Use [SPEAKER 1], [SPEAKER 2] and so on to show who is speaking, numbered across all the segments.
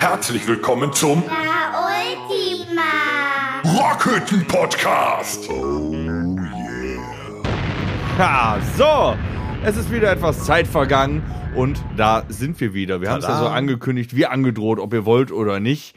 [SPEAKER 1] Herzlich willkommen zum
[SPEAKER 2] La Ultima.
[SPEAKER 1] Rockhütten Podcast. Oh yeah.
[SPEAKER 3] Ha, so, es ist wieder etwas Zeit vergangen und da sind wir wieder. Wir haben es ja so angekündigt, wir angedroht, ob ihr wollt oder nicht.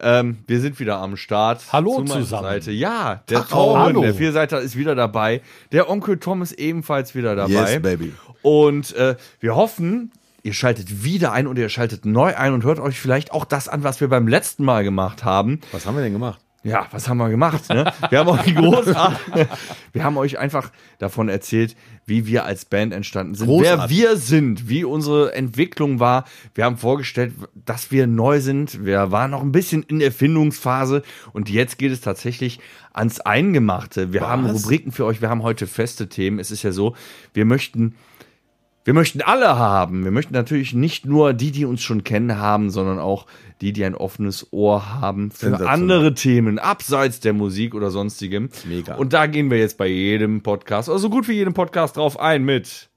[SPEAKER 3] Ähm, wir sind wieder am Start.
[SPEAKER 4] Hallo
[SPEAKER 3] Zu meiner
[SPEAKER 4] zusammen.
[SPEAKER 3] Seite. Ja, der
[SPEAKER 4] Ach, hallo.
[SPEAKER 3] Torben, der Vierseiter ist wieder dabei. Der Onkel Tom ist ebenfalls wieder dabei.
[SPEAKER 5] Yes, baby.
[SPEAKER 3] Und äh, wir hoffen, ihr schaltet wieder ein und ihr schaltet neu ein und hört euch vielleicht auch das an, was wir beim letzten Mal gemacht haben.
[SPEAKER 5] Was haben wir denn gemacht?
[SPEAKER 3] Ja, was haben wir gemacht? Ne? Wir haben euch großartig, wir haben euch einfach davon erzählt, wie wir als Band entstanden sind, wer
[SPEAKER 5] Großartig.
[SPEAKER 3] wir sind, wie unsere Entwicklung war. Wir haben vorgestellt, dass wir neu sind. Wir waren noch ein bisschen in Erfindungsphase und jetzt geht es tatsächlich ans Eingemachte. Wir haben Rubriken für euch. Wir haben heute feste Themen. Es ist ja so, wir möchten wir möchten alle haben. Wir möchten natürlich nicht nur die, die uns schon kennen, haben, sondern auch die, die ein offenes Ohr haben für
[SPEAKER 5] Sensationell.
[SPEAKER 3] andere Themen, abseits der Musik oder sonstigem.
[SPEAKER 5] Mega.
[SPEAKER 3] Und da gehen wir jetzt bei jedem Podcast, also so gut wie jedem Podcast drauf ein mit.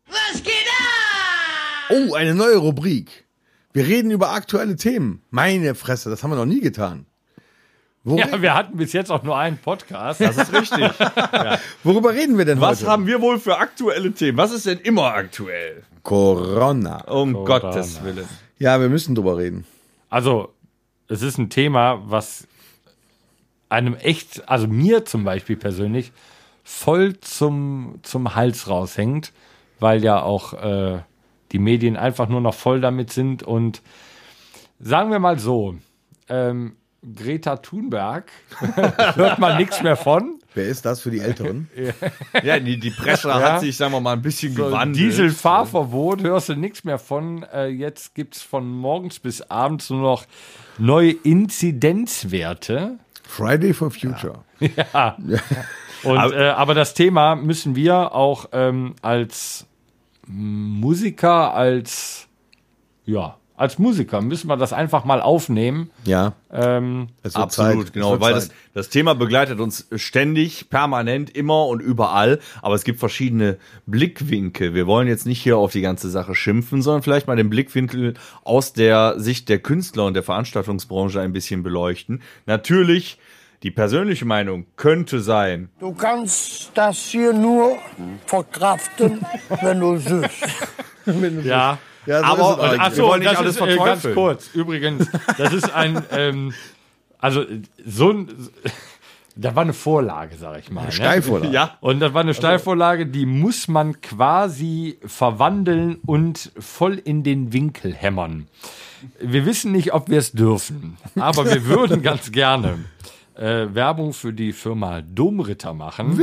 [SPEAKER 5] Oh, eine neue Rubrik. Wir reden über aktuelle Themen. Meine Fresse, das haben wir noch nie getan. Worüber,
[SPEAKER 4] Ja, wir hatten bis jetzt auch nur einen Podcast.
[SPEAKER 3] Das ist richtig.
[SPEAKER 5] worüber reden wir denn
[SPEAKER 3] Was
[SPEAKER 5] heute?
[SPEAKER 3] haben wir wohl für aktuelle Themen? Was ist denn immer aktuell?
[SPEAKER 5] Corona.
[SPEAKER 3] Um
[SPEAKER 4] Corona.
[SPEAKER 3] Gottes Willen.
[SPEAKER 5] Ja, wir müssen drüber reden.
[SPEAKER 4] Also, es ist ein Thema, was einem echt, also mir zum Beispiel persönlich, voll zum, zum Hals raushängt, weil ja auch äh, die Medien einfach nur noch voll damit sind. Und sagen wir mal so, ähm, Greta Thunberg hört man nichts mehr von.
[SPEAKER 5] Wer ist das für die Älteren?
[SPEAKER 3] Ja, die, die Presse hat sich, sagen wir mal, ein bisschen gewandelt.
[SPEAKER 4] Dieselfahrverbot, hörst du nichts mehr von. Äh, jetzt gibt es von morgens bis abends nur noch neue Inzidenzwerte.
[SPEAKER 5] Friday for Future.
[SPEAKER 4] Und, aber, äh, aber das Thema müssen wir auch ähm, als Musiker, als ja, als Musiker müssen wir das einfach mal aufnehmen.
[SPEAKER 5] Ja,
[SPEAKER 4] Ähm,
[SPEAKER 5] es wird
[SPEAKER 3] Absolut,
[SPEAKER 5] Zeit. es
[SPEAKER 3] genau,
[SPEAKER 5] wird
[SPEAKER 3] weil das,
[SPEAKER 5] Zeit.
[SPEAKER 3] das Thema begleitet uns ständig, permanent, immer und überall, aber es gibt verschiedene Blickwinkel. Wir wollen jetzt nicht hier auf die ganze Sache schimpfen, sondern vielleicht mal den Blickwinkel aus der Sicht der Künstler und der Veranstaltungsbranche ein bisschen beleuchten. Natürlich, die persönliche Meinung könnte sein,
[SPEAKER 6] Du kannst das hier nur verkraften, wenn du süßt.
[SPEAKER 4] ja.
[SPEAKER 5] Ja, so
[SPEAKER 3] Aber-
[SPEAKER 5] ist es eigentlich.
[SPEAKER 4] Ach
[SPEAKER 3] Wir
[SPEAKER 4] so,
[SPEAKER 3] wollen nicht
[SPEAKER 4] das
[SPEAKER 3] alles
[SPEAKER 4] ist äh, ganz
[SPEAKER 3] verteufeln.
[SPEAKER 4] kurz. Übrigens, das ist ein, ähm, also äh, so ein, da war eine Vorlage, sag ich mal. ne?
[SPEAKER 5] Steifvorlage.
[SPEAKER 3] ja,
[SPEAKER 4] Und das war
[SPEAKER 3] Also
[SPEAKER 4] eine Steilvorlage, die muss man quasi verwandeln und voll in den Winkel hämmern. Wir wissen nicht, ob wir es dürfen, aber wir würden ganz gerne äh, Werbung für die Firma Domritter machen,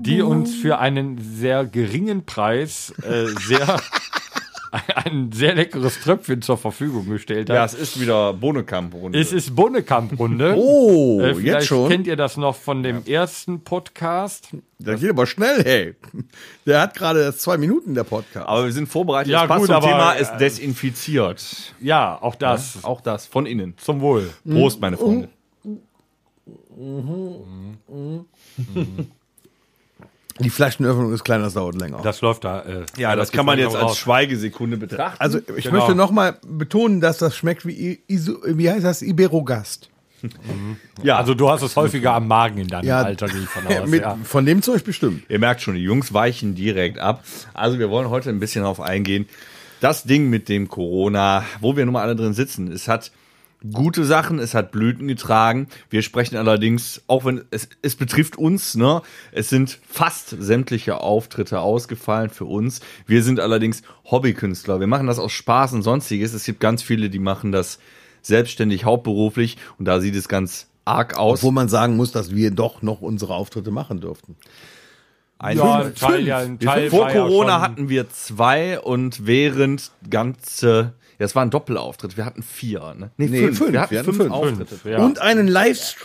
[SPEAKER 4] die uns für einen sehr geringen Preis äh, sehr ein sehr leckeres Tröpfchen zur Verfügung gestellt hat.
[SPEAKER 3] ja, es ist wieder Bohnekamp-Runde.
[SPEAKER 4] Es ist Bonnekamp-Runde.
[SPEAKER 5] Oh,
[SPEAKER 4] Äh,
[SPEAKER 5] jetzt
[SPEAKER 4] vielleicht
[SPEAKER 5] schon?
[SPEAKER 4] kennt ihr das noch von dem ersten Podcast.
[SPEAKER 5] Das geht aber schnell, hey. Der hat gerade erst zwei Minuten, der Podcast.
[SPEAKER 3] aber wir sind vorbereitet.
[SPEAKER 4] Ja,
[SPEAKER 3] es passt
[SPEAKER 4] gut,
[SPEAKER 3] zum
[SPEAKER 4] aber,
[SPEAKER 3] Thema, es
[SPEAKER 4] äh,
[SPEAKER 3] desinfiziert.
[SPEAKER 4] Ja, auch das.
[SPEAKER 3] Auch das, von innen.
[SPEAKER 4] Zum Wohl. Mm,
[SPEAKER 3] Prost, meine Freunde.
[SPEAKER 5] Die Flaschenöffnung ist klein, das dauert länger.
[SPEAKER 4] Das läuft da. Äh,
[SPEAKER 3] Ja, das kann man jetzt als
[SPEAKER 4] raus.
[SPEAKER 3] Schweigesekunde betrachten.
[SPEAKER 5] Also ich
[SPEAKER 4] Genau.
[SPEAKER 5] möchte nochmal betonen, dass das schmeckt wie, I- Iso, wie heißt das, Iberogast.
[SPEAKER 3] ja,
[SPEAKER 4] Also du hast es häufiger am Magen in deinem
[SPEAKER 5] Ja.
[SPEAKER 4] Alter, gehe ich von aus.
[SPEAKER 5] Mit,
[SPEAKER 4] Genau, ja.
[SPEAKER 5] Von dem Zeug bestimmt.
[SPEAKER 3] Ihr merkt schon, die Jungs weichen direkt ab. Also wir wollen heute ein bisschen darauf eingehen. Das Ding mit dem Corona, wo wir nun mal alle drin sitzen, es hat gute Sachen, es hat Blüten getragen. Wir sprechen allerdings, auch wenn es, es betrifft uns, ne, es sind fast sämtliche Auftritte ausgefallen für uns. Wir sind allerdings Hobbykünstler. Wir machen das aus Spaß und sonstiges. Es gibt ganz viele, die machen das selbstständig, hauptberuflich und da sieht es ganz arg aus.
[SPEAKER 5] Wo man sagen muss, dass wir doch noch unsere Auftritte machen dürften.
[SPEAKER 3] Ein-
[SPEAKER 4] Ja, ein Teil, ja, ein
[SPEAKER 3] Wir
[SPEAKER 4] Teil
[SPEAKER 3] sind- Vor
[SPEAKER 4] war ja
[SPEAKER 3] Corona
[SPEAKER 4] schon-
[SPEAKER 3] hatten wir zwei und während ganze, ja, es war ein Doppelauftritt, wir hatten vier, ne? Nee,
[SPEAKER 5] Nee, fünf,
[SPEAKER 3] Wir hatten fünf, Auftritte.
[SPEAKER 4] Fünf, ja.
[SPEAKER 5] Und einen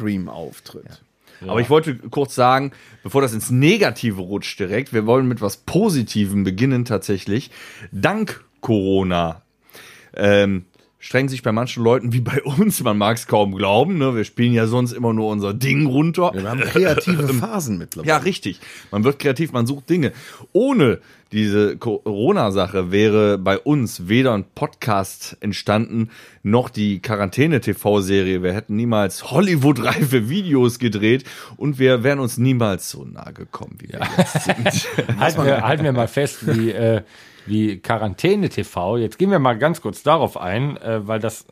[SPEAKER 5] Livestream-Auftritt.
[SPEAKER 3] Aber ich wollte kurz sagen, bevor das ins Negative rutscht direkt, wir wollen mit was Positivem beginnen tatsächlich. Dank Corona ähm, strengen sich bei manchen Leuten wie bei uns, man mag es kaum glauben, ne? wir spielen ja sonst immer nur unser Ding runter.
[SPEAKER 5] Wir haben kreative Phasen mittlerweile.
[SPEAKER 3] Ja, richtig. Man wird kreativ, man sucht Dinge. Ohne diese Corona-Sache wäre bei uns weder ein Podcast entstanden, noch die Quarantäne-TV-Serie. Wir hätten niemals Hollywood-reife Videos gedreht und wir wären uns niemals so nahe gekommen, wie wir jetzt sind.
[SPEAKER 4] halten, wir, halten wir mal fest, wie, äh, wie Quarantäne TV. Jetzt gehen wir mal ganz kurz darauf ein, äh, weil das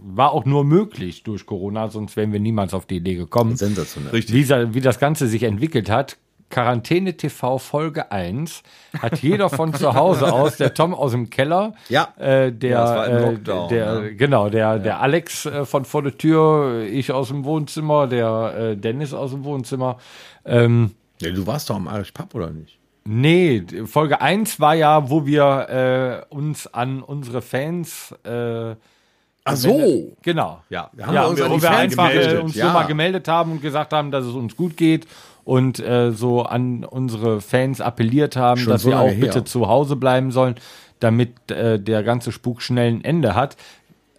[SPEAKER 4] war auch nur möglich durch Corona, sonst wären wir niemals auf die Idee gekommen.
[SPEAKER 5] Sensationell.
[SPEAKER 3] Richtig.
[SPEAKER 4] Wie, sa- wie das Ganze sich entwickelt hat. Quarantäne TV Folge 1 hat jeder von zu Hause aus, der Tom aus dem Keller,
[SPEAKER 5] Ja.
[SPEAKER 4] äh, der,
[SPEAKER 3] Ja, es war ein
[SPEAKER 4] äh,
[SPEAKER 3] Lockdown,
[SPEAKER 4] der
[SPEAKER 3] ne?
[SPEAKER 4] genau, der, der Alex äh, von vor der Tür, ich aus dem Wohnzimmer, der äh, Dennis aus dem Wohnzimmer. Ähm,
[SPEAKER 5] Ja, du warst doch am Irish Pub, oder nicht?
[SPEAKER 4] Nee, d- Folge 1 war ja, wo wir äh, uns an unsere Fans. Äh,
[SPEAKER 5] Ach so.
[SPEAKER 4] genau.
[SPEAKER 3] Ja.
[SPEAKER 5] Da
[SPEAKER 4] Ja,
[SPEAKER 5] uns
[SPEAKER 4] wir,
[SPEAKER 5] an
[SPEAKER 4] wo
[SPEAKER 5] die
[SPEAKER 4] wir
[SPEAKER 5] Fans
[SPEAKER 4] einfach äh,
[SPEAKER 5] gemeldet.
[SPEAKER 4] uns
[SPEAKER 5] ja.
[SPEAKER 4] nur mal gemeldet haben und gesagt haben, dass es uns gut geht und äh, so an unsere Fans appelliert haben,
[SPEAKER 5] Schon
[SPEAKER 4] dass
[SPEAKER 5] so
[SPEAKER 4] wir auch
[SPEAKER 5] lange her.
[SPEAKER 4] bitte zu Hause bleiben sollen, damit äh, der ganze Spuk schnell ein Ende hat.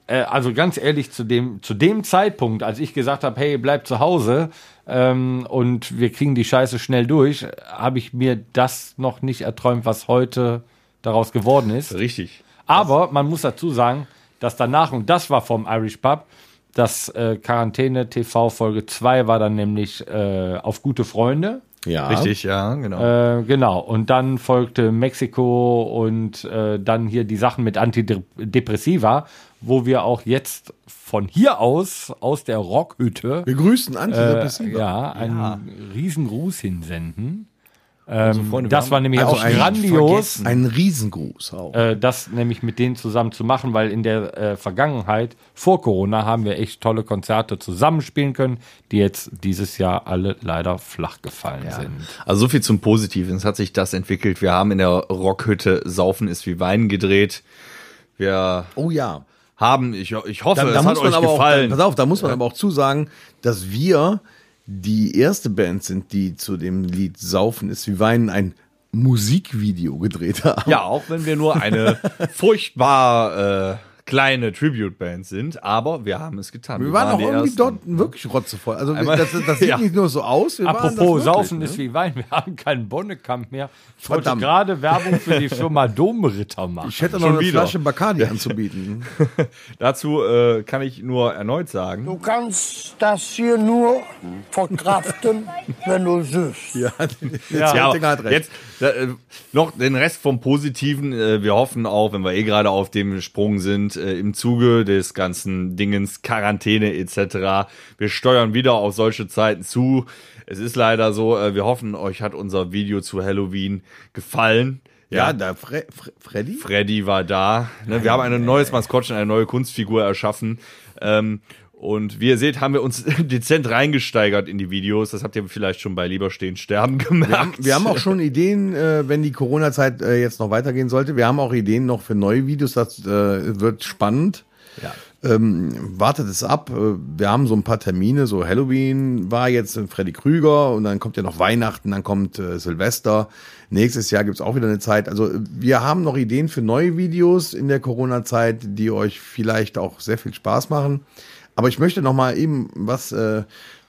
[SPEAKER 4] Äh, also ganz ehrlich, zu dem, zu dem Zeitpunkt, als ich gesagt habe, hey, bleib zu Hause ähm, und wir kriegen die Scheiße schnell durch, habe ich mir das noch nicht erträumt, was heute daraus geworden ist.
[SPEAKER 3] Richtig.
[SPEAKER 4] Aber man muss dazu sagen, dass danach, und das war vom Irish Pub, das äh, Quarantäne TV Folge 2 war dann nämlich äh, auf gute Freunde.
[SPEAKER 5] Ja.
[SPEAKER 3] Richtig, ja, genau.
[SPEAKER 4] Äh, genau. Und dann folgte Mexiko und äh, dann hier die Sachen mit Antidepressiva, wo wir auch jetzt von hier aus, aus der Rockhütte, äh,
[SPEAKER 5] Wir grüßen Antidepressiva.
[SPEAKER 4] ja, einen Riesengruß hinsenden. Ähm,
[SPEAKER 3] so, Freunde, wir
[SPEAKER 4] Das
[SPEAKER 3] haben-
[SPEAKER 4] war nämlich
[SPEAKER 5] Also
[SPEAKER 4] auch
[SPEAKER 5] einen
[SPEAKER 4] grandios.
[SPEAKER 5] Ein Riesengruß auch.
[SPEAKER 4] äh, das nämlich mit denen zusammen zu machen, weil in der äh, Vergangenheit, vor Corona, haben wir echt tolle Konzerte zusammenspielen können, die jetzt dieses Jahr alle leider flach gefallen sind.
[SPEAKER 3] Also so viel zum Positiven. Es hat sich das entwickelt. Wir haben in der Rockhütte Saufen ist wie Wein gedreht. Wir
[SPEAKER 5] oh ja.
[SPEAKER 3] haben, ich, ich hoffe,
[SPEAKER 5] Da, da
[SPEAKER 3] es hat
[SPEAKER 5] muss man
[SPEAKER 3] euch
[SPEAKER 5] aber
[SPEAKER 3] gefallen.
[SPEAKER 5] auch, pass auf, da muss man aber auch zusagen, dass wir die erste Band sind, die zu dem Lied Saufen ist wie Weinen ein Musikvideo gedreht haben.
[SPEAKER 3] ja, auch wenn wir nur eine furchtbar äh, kleine Tribute-Band sind, aber wir haben es getan.
[SPEAKER 5] Wir waren auch
[SPEAKER 3] die
[SPEAKER 5] irgendwie
[SPEAKER 3] Ersten.
[SPEAKER 5] dort wirklich rotzevoll. Also
[SPEAKER 3] Einmal-
[SPEAKER 5] das, das sieht
[SPEAKER 3] Ja.
[SPEAKER 5] nicht nur so aus. Wir waren das
[SPEAKER 4] Apropos,
[SPEAKER 5] wirklich,
[SPEAKER 4] Saufen
[SPEAKER 5] ne?
[SPEAKER 4] ist wie Wein, wir haben keinen Bonnekamp mehr. Ich wollte
[SPEAKER 5] Verdammt.
[SPEAKER 4] gerade Werbung für die Firma Domritter machen.
[SPEAKER 5] Ich hätte noch
[SPEAKER 3] Schon
[SPEAKER 5] eine
[SPEAKER 3] wieder.
[SPEAKER 5] Flasche Bacardi anzubieten.
[SPEAKER 3] Dazu äh, kann ich nur erneut sagen,
[SPEAKER 5] Oh,
[SPEAKER 6] Du kannst das hier nur verkraften, wenn du süßt.
[SPEAKER 5] ja,
[SPEAKER 3] Ja,
[SPEAKER 5] Dinger hat recht.
[SPEAKER 3] jetzt da, äh, noch den Rest vom Positiven. Äh, wir hoffen auch, wenn wir eh gerade auf dem Sprung sind, äh, im Zuge des ganzen Dingens, Quarantäne etc. Wir steuern wieder auf solche Zeiten zu. Es ist leider so, äh, wir hoffen, euch hat unser Video zu Halloween gefallen.
[SPEAKER 5] ja, da Fre Fre Freddy?
[SPEAKER 3] Freddy war da. Ne? Wir haben ein neues Maskottchen, eine neue Kunstfigur erschaffen. Ähm, und wie ihr seht, haben wir uns dezent reingesteigert in die Videos. Das habt ihr vielleicht schon bei Lieber stehen sterben gemerkt.
[SPEAKER 5] Wir haben, wir haben auch schon Ideen, äh, wenn die Corona-Zeit äh, jetzt noch weitergehen sollte. Wir haben auch Ideen noch für neue Videos. Das äh, wird spannend.
[SPEAKER 3] Ja.
[SPEAKER 5] Ähm, wartet es ab. Äh, Wir haben so ein paar Termine. So Halloween war jetzt äh, Freddy Krüger und dann kommt ja noch Weihnachten, dann kommt äh, Silvester. Nächstes Jahr gibt's auch wieder eine Zeit. Also äh, wir haben noch Ideen für neue Videos in der Corona-Zeit, die euch vielleicht auch sehr viel Spaß machen. Aber ich möchte noch mal eben was. Äh, zu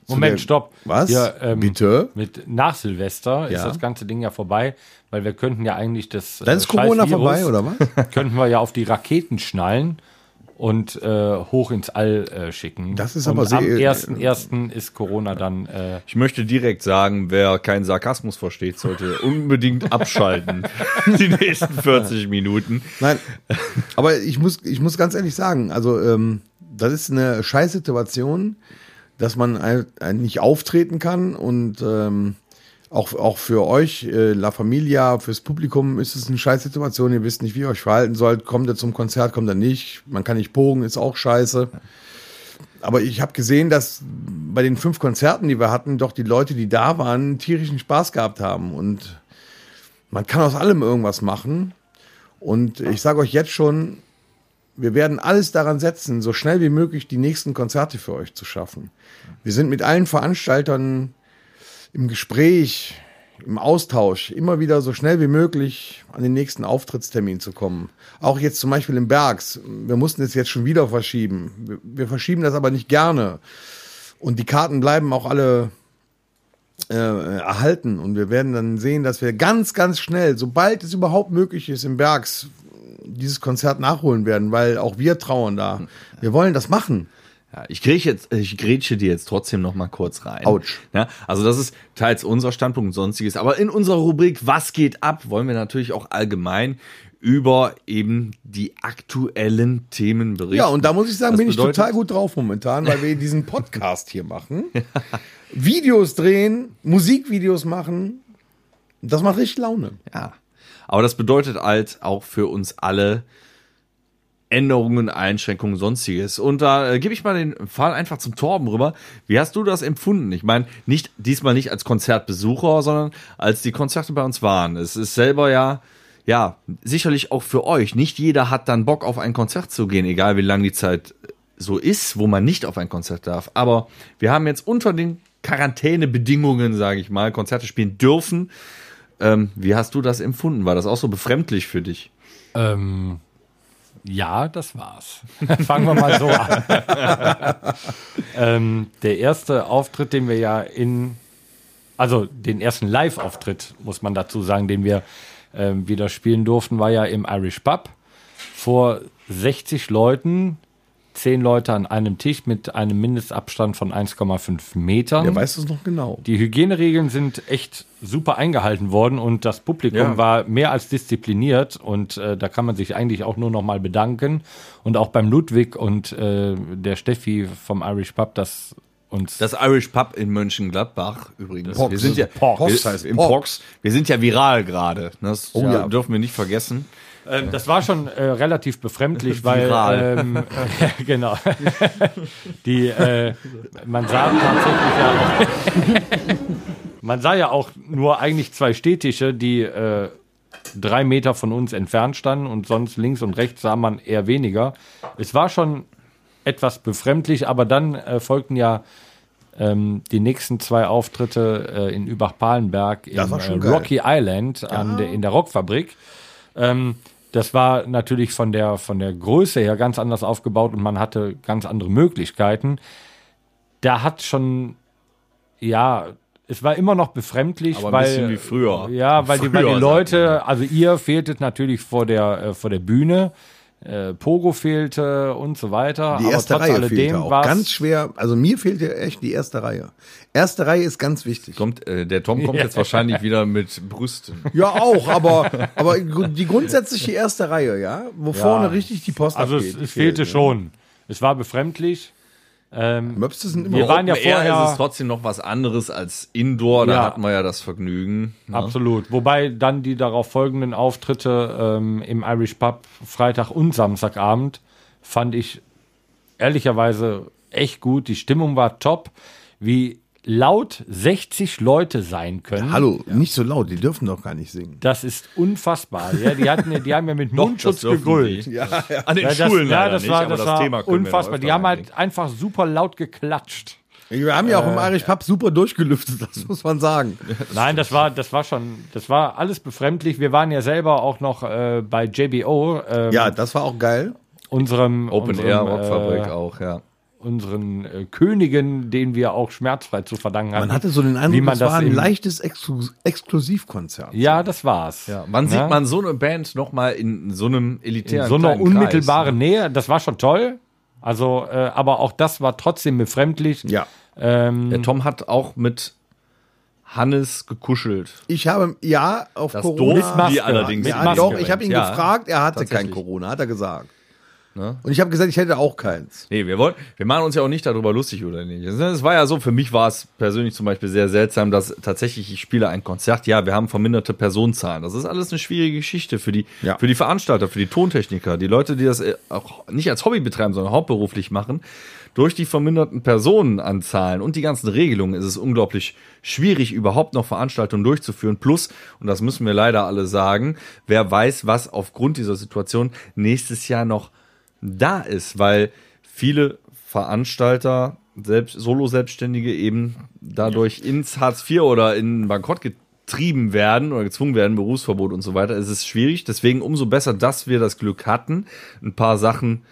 [SPEAKER 4] Moment,
[SPEAKER 5] der-
[SPEAKER 4] stopp.
[SPEAKER 5] Was?
[SPEAKER 4] Hier, ähm,
[SPEAKER 5] Bitte?
[SPEAKER 4] Mit nach Silvester ist
[SPEAKER 5] Ja.
[SPEAKER 4] das ganze Ding ja vorbei, weil wir könnten ja eigentlich das. äh,
[SPEAKER 5] Dann ist Corona vorbei, oder was?
[SPEAKER 4] könnten wir ja auf die Raketen schnallen und äh, hoch ins All äh, schicken.
[SPEAKER 5] Das ist
[SPEAKER 4] und
[SPEAKER 5] aber sehr-
[SPEAKER 4] Am 1.1. ist Corona dann. Äh,
[SPEAKER 3] Ich möchte direkt sagen, wer keinen Sarkasmus versteht, sollte unbedingt abschalten. die nächsten 40 Minuten.
[SPEAKER 5] Nein, aber ich muss, ich muss ganz ehrlich sagen, also ähm, das ist eine scheiß Situation, dass man ein, ein nicht auftreten kann und ähm, auch, auch für euch, äh, La Familia, fürs Publikum ist es eine scheiß Situation. Ihr wisst nicht, wie ihr euch verhalten sollt. Kommt ihr zum Konzert, kommt ihr nicht. Man kann nicht pogen, ist auch scheiße. Aber ich habe gesehen, dass bei den fünf Konzerten, die wir hatten, doch die Leute, die da waren, tierischen Spaß gehabt haben. Und man kann aus allem irgendwas machen. Und ich sage euch jetzt schon, wir werden alles daran setzen, so schnell wie möglich die nächsten Konzerte für euch zu schaffen. Wir sind mit allen Veranstaltern im Gespräch, im Austausch, immer wieder so schnell wie möglich an den nächsten Auftrittstermin zu kommen. Auch jetzt zum Beispiel im Bergs. Wir mussten es jetzt schon wieder verschieben. Wir, wir verschieben das aber nicht gerne. Und die Karten bleiben auch alle äh, erhalten. Und wir werden dann sehen, dass wir ganz, ganz schnell, sobald es überhaupt möglich ist, im Bergs dieses Konzert nachholen werden, weil auch wir trauern da. Wir wollen das machen.
[SPEAKER 3] Ja, ich, krieg jetzt, ich grätsche dir jetzt trotzdem noch mal kurz rein.
[SPEAKER 5] Autsch.
[SPEAKER 3] Ja, also das ist teils unser Standpunkt und sonstiges. Aber in unserer Rubrik Was geht ab, wollen wir natürlich auch allgemein über eben die aktuellen Themen berichten.
[SPEAKER 5] Ja, und da muss ich sagen,
[SPEAKER 3] Das
[SPEAKER 5] bin ich
[SPEAKER 3] bedeutet-
[SPEAKER 5] total gut drauf momentan, weil wir diesen Podcast hier machen, Videos drehen, Musikvideos machen. Das macht richtig Laune.
[SPEAKER 3] Ja. Aber das bedeutet halt auch für uns alle Änderungen, Einschränkungen, sonstiges. Und da äh, gebe ich mal den Fall einfach zum Torben rüber. Wie hast du das empfunden? Ich meine, nicht diesmal nicht als Konzertbesucher, sondern als die Konzerte bei uns waren. Es ist selber ja ja, sicherlich auch für euch. Nicht jeder hat dann Bock auf ein Konzert zu gehen, egal wie lang die Zeit äh, so ist, wo man nicht auf ein Konzert darf. Aber wir haben jetzt unter den Quarantänebedingungen, sage ich mal, Konzerte spielen dürfen. Ähm, wie hast du das empfunden? War das auch so befremdlich für dich?
[SPEAKER 4] Ähm, ja, das war's. Fangen wir mal so an. ähm, der erste Auftritt, den wir ja in, also den ersten Live-Auftritt, muss man dazu sagen, den wir ähm, wieder spielen durften, war ja im Irish Pub vor 60 Leuten. Zehn Leute an einem Tisch mit einem Mindestabstand von 1,5 Metern.
[SPEAKER 5] Der weiß es noch genau.
[SPEAKER 4] Die Hygieneregeln sind echt super eingehalten worden und das Publikum
[SPEAKER 3] Ja.
[SPEAKER 4] war mehr als diszipliniert und äh, da kann man sich eigentlich auch nur noch mal bedanken und auch beim Ludwig und äh, der Steffi vom Irish Pub, das uns
[SPEAKER 3] Das Irish Pub in Mönchengladbach übrigens.
[SPEAKER 5] Pox.
[SPEAKER 3] Wir sind ja
[SPEAKER 5] Pox.
[SPEAKER 3] wir,
[SPEAKER 5] heißt
[SPEAKER 3] im
[SPEAKER 5] Pox.
[SPEAKER 3] Pox. Wir sind ja viral gerade. Das
[SPEAKER 5] Oh
[SPEAKER 3] ja,
[SPEAKER 5] ja.
[SPEAKER 3] dürfen wir nicht vergessen.
[SPEAKER 4] Ähm, das war schon äh, relativ befremdlich, weil
[SPEAKER 3] Viral.
[SPEAKER 4] ähm, äh, genau die äh, man sah tatsächlich ja auch, man sah ja auch nur eigentlich zwei Städtische, die äh, drei Meter von uns entfernt standen und sonst links und rechts sah man eher weniger. Es war schon etwas befremdlich, aber dann äh, folgten ja ähm, die nächsten zwei Auftritte äh, in Übach-Palenberg im
[SPEAKER 5] Das war schon
[SPEAKER 4] äh,
[SPEAKER 5] geil.
[SPEAKER 4] Rocky Island an der, in der Rockfabrik. Ähm, das war natürlich von der, von der Größe her ganz anders aufgebaut und man hatte ganz andere Möglichkeiten. Da hat schon, ja, es war immer noch befremdlich,
[SPEAKER 3] Aber ein
[SPEAKER 4] weil,
[SPEAKER 3] bisschen wie früher.
[SPEAKER 4] Ja, weil, die, weil
[SPEAKER 3] Früher,
[SPEAKER 4] die Leute, also ihr fehltet natürlich vor der, äh, vor der Bühne. Äh, Pogo fehlte und so weiter.
[SPEAKER 5] Die erste
[SPEAKER 4] aber trotz
[SPEAKER 5] Reihe fehlte
[SPEAKER 4] alledem
[SPEAKER 5] auch.
[SPEAKER 4] war's-
[SPEAKER 5] Ganz schwer. Also mir fehlt ja echt die erste Reihe. Erste Reihe ist ganz wichtig.
[SPEAKER 3] Kommt, äh, der Tom kommt jetzt wahrscheinlich wieder mit Brüsten.
[SPEAKER 5] Ja, auch, aber, aber die grundsätzliche erste Reihe, ja, wo vorne richtig die Post
[SPEAKER 4] Also es,
[SPEAKER 5] abgeht. ne?
[SPEAKER 4] es fehlte schon. Es war befremdlich. Ähm,
[SPEAKER 5] Möpste sind
[SPEAKER 4] Wir
[SPEAKER 5] immer
[SPEAKER 4] waren ja
[SPEAKER 3] Open Air
[SPEAKER 4] vorher.
[SPEAKER 3] ist es trotzdem noch was anderes als Indoor. Da
[SPEAKER 4] Ja.
[SPEAKER 3] hatten wir ja das Vergnügen. ne?
[SPEAKER 4] Absolut. Wobei dann die darauf folgenden Auftritte ähm, im Irish Pub Freitag und Samstagabend fand ich ehrlicherweise echt gut. Die Stimmung war top. Wie laut 60 Leute sein können.
[SPEAKER 5] Hallo, nicht so laut, die dürfen doch gar nicht singen.
[SPEAKER 4] Das ist unfassbar. Ja, die, hatten, die haben ja mit Mundschutz gegrölt.
[SPEAKER 3] Ja, An den
[SPEAKER 4] Ja, das,
[SPEAKER 3] Schulen
[SPEAKER 4] ja,
[SPEAKER 3] leider
[SPEAKER 4] das
[SPEAKER 3] nicht,
[SPEAKER 4] war,
[SPEAKER 3] aber
[SPEAKER 4] das
[SPEAKER 3] das,
[SPEAKER 4] war
[SPEAKER 3] Thema können
[SPEAKER 4] unfassbar.
[SPEAKER 3] Wir noch
[SPEAKER 4] Die haben
[SPEAKER 3] öfter
[SPEAKER 4] halt einfach super laut geklatscht.
[SPEAKER 5] Wir haben ja auch im Irish Pub super durchgelüftet, das muss man sagen.
[SPEAKER 4] Nein, das war, das war schon, das war alles befremdlich. Wir waren ja selber auch noch äh, bei JBO, ähm,
[SPEAKER 5] Ja, das war auch geil.
[SPEAKER 4] unserem
[SPEAKER 3] Open
[SPEAKER 4] unserem,
[SPEAKER 3] Air Rockfabrik
[SPEAKER 4] äh,
[SPEAKER 3] auch, ja.
[SPEAKER 4] unseren äh, Königen, den wir auch schmerzfrei zu verdanken hatten.
[SPEAKER 5] Man hatte so den
[SPEAKER 4] wie
[SPEAKER 5] Eindruck,
[SPEAKER 4] man
[SPEAKER 5] das war ein
[SPEAKER 4] im-
[SPEAKER 5] leichtes Exklu Exklusivkonzert.
[SPEAKER 4] Ja, das war's.
[SPEAKER 3] Ja, wann
[SPEAKER 4] Na?
[SPEAKER 3] sieht man so eine Band nochmal in so einem elitären
[SPEAKER 4] ne? in so einer
[SPEAKER 3] kleinen Kreis,
[SPEAKER 5] ne?
[SPEAKER 4] unmittelbaren Nähe? Das war schon toll. Also, äh, aber auch das war trotzdem befremdlich.
[SPEAKER 5] Ja.
[SPEAKER 4] Ähm,
[SPEAKER 3] Der Mhm. Tom hat auch mit Hannes gekuschelt.
[SPEAKER 5] Ich habe, ja, auf
[SPEAKER 3] Das
[SPEAKER 5] Corona.
[SPEAKER 3] durften wir allerdings
[SPEAKER 5] ja,
[SPEAKER 4] nicht.
[SPEAKER 5] doch, ich habe ihn
[SPEAKER 3] Ja,
[SPEAKER 5] gefragt, er hatte kein
[SPEAKER 3] tatsächlich. Ne?
[SPEAKER 5] Corona, hat er gesagt. Und ich habe gesagt, ich hätte auch keins.
[SPEAKER 3] Nee, wir wollen, wir machen uns ja auch nicht darüber lustig oder nicht. Es war ja so, für mich war es persönlich zum Beispiel sehr seltsam, dass tatsächlich ich spiele ein Konzert. Ja, wir haben verminderte Personenzahlen. Das ist alles eine schwierige Geschichte für die,
[SPEAKER 5] Ja.
[SPEAKER 3] für die Veranstalter, für die Tontechniker, die Leute, die das äh, auch nicht als Hobby betreiben, sondern hauptberuflich machen. Durch die verminderten Personenanzahlen und die ganzen Regelungen ist es unglaublich schwierig, überhaupt noch Veranstaltungen durchzuführen. Plus, und das müssen wir leider alle sagen, wer weiß, was aufgrund dieser Situation nächstes Jahr noch da ist, weil viele Veranstalter, selbst Solo-Selbstständige eben dadurch ins Hartz IV oder in Bankrott getrieben werden oder gezwungen werden, Berufsverbot und so weiter. Es ist schwierig, deswegen umso besser, dass wir das Glück hatten, ein paar Sachen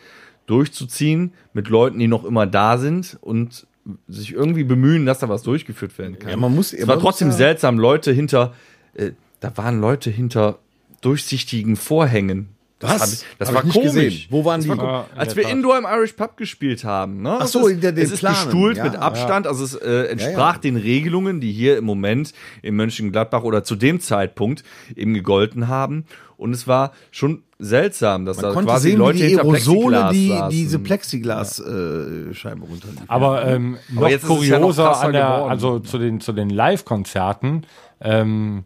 [SPEAKER 3] durchzuziehen mit Leuten, die noch immer da sind und sich irgendwie bemühen, dass da was durchgeführt werden kann.
[SPEAKER 5] Ja, man muss-
[SPEAKER 3] es war
[SPEAKER 5] man muss
[SPEAKER 3] trotzdem
[SPEAKER 5] ja-
[SPEAKER 3] seltsam, Leute hinter, äh, da waren Leute hinter durchsichtigen Vorhängen. Das,
[SPEAKER 5] Was?
[SPEAKER 3] hab ich- das
[SPEAKER 5] Hab
[SPEAKER 3] war
[SPEAKER 5] ich nicht
[SPEAKER 3] komisch.
[SPEAKER 5] gesehen. Wo waren
[SPEAKER 3] das
[SPEAKER 5] die?
[SPEAKER 3] War komisch.
[SPEAKER 4] Ja, in
[SPEAKER 3] Als
[SPEAKER 4] der
[SPEAKER 3] wir
[SPEAKER 4] Tat.
[SPEAKER 3] Indoor im Irish Pub gespielt haben. Ne?
[SPEAKER 5] Ach so,
[SPEAKER 3] Es ist-
[SPEAKER 5] hinter den
[SPEAKER 3] Es ist
[SPEAKER 5] Planen.
[SPEAKER 3] gestuhlt
[SPEAKER 5] Ja,
[SPEAKER 3] mit
[SPEAKER 5] ja.
[SPEAKER 3] Abstand, also es äh, entsprach
[SPEAKER 5] ja.
[SPEAKER 3] den Regelungen, die hier im Moment in Mönchengladbach oder zu dem Zeitpunkt eben gegolten haben. Und es war schon seltsam, dass da
[SPEAKER 5] Man konnte
[SPEAKER 3] quasi
[SPEAKER 5] sehen,
[SPEAKER 3] Leute
[SPEAKER 5] wie die
[SPEAKER 3] hinter
[SPEAKER 5] Aerosole
[SPEAKER 3] Plexiglas
[SPEAKER 5] die,
[SPEAKER 3] saßen.
[SPEAKER 5] diese Plexiglas-Scheibe äh, Scheibe runterliefen.
[SPEAKER 4] Aber ähm, noch
[SPEAKER 3] jetzt ist es ja noch
[SPEAKER 4] kurioser
[SPEAKER 3] krasser
[SPEAKER 4] an der,
[SPEAKER 3] geworden.
[SPEAKER 4] also zu den zu den Live-Konzerten ähm,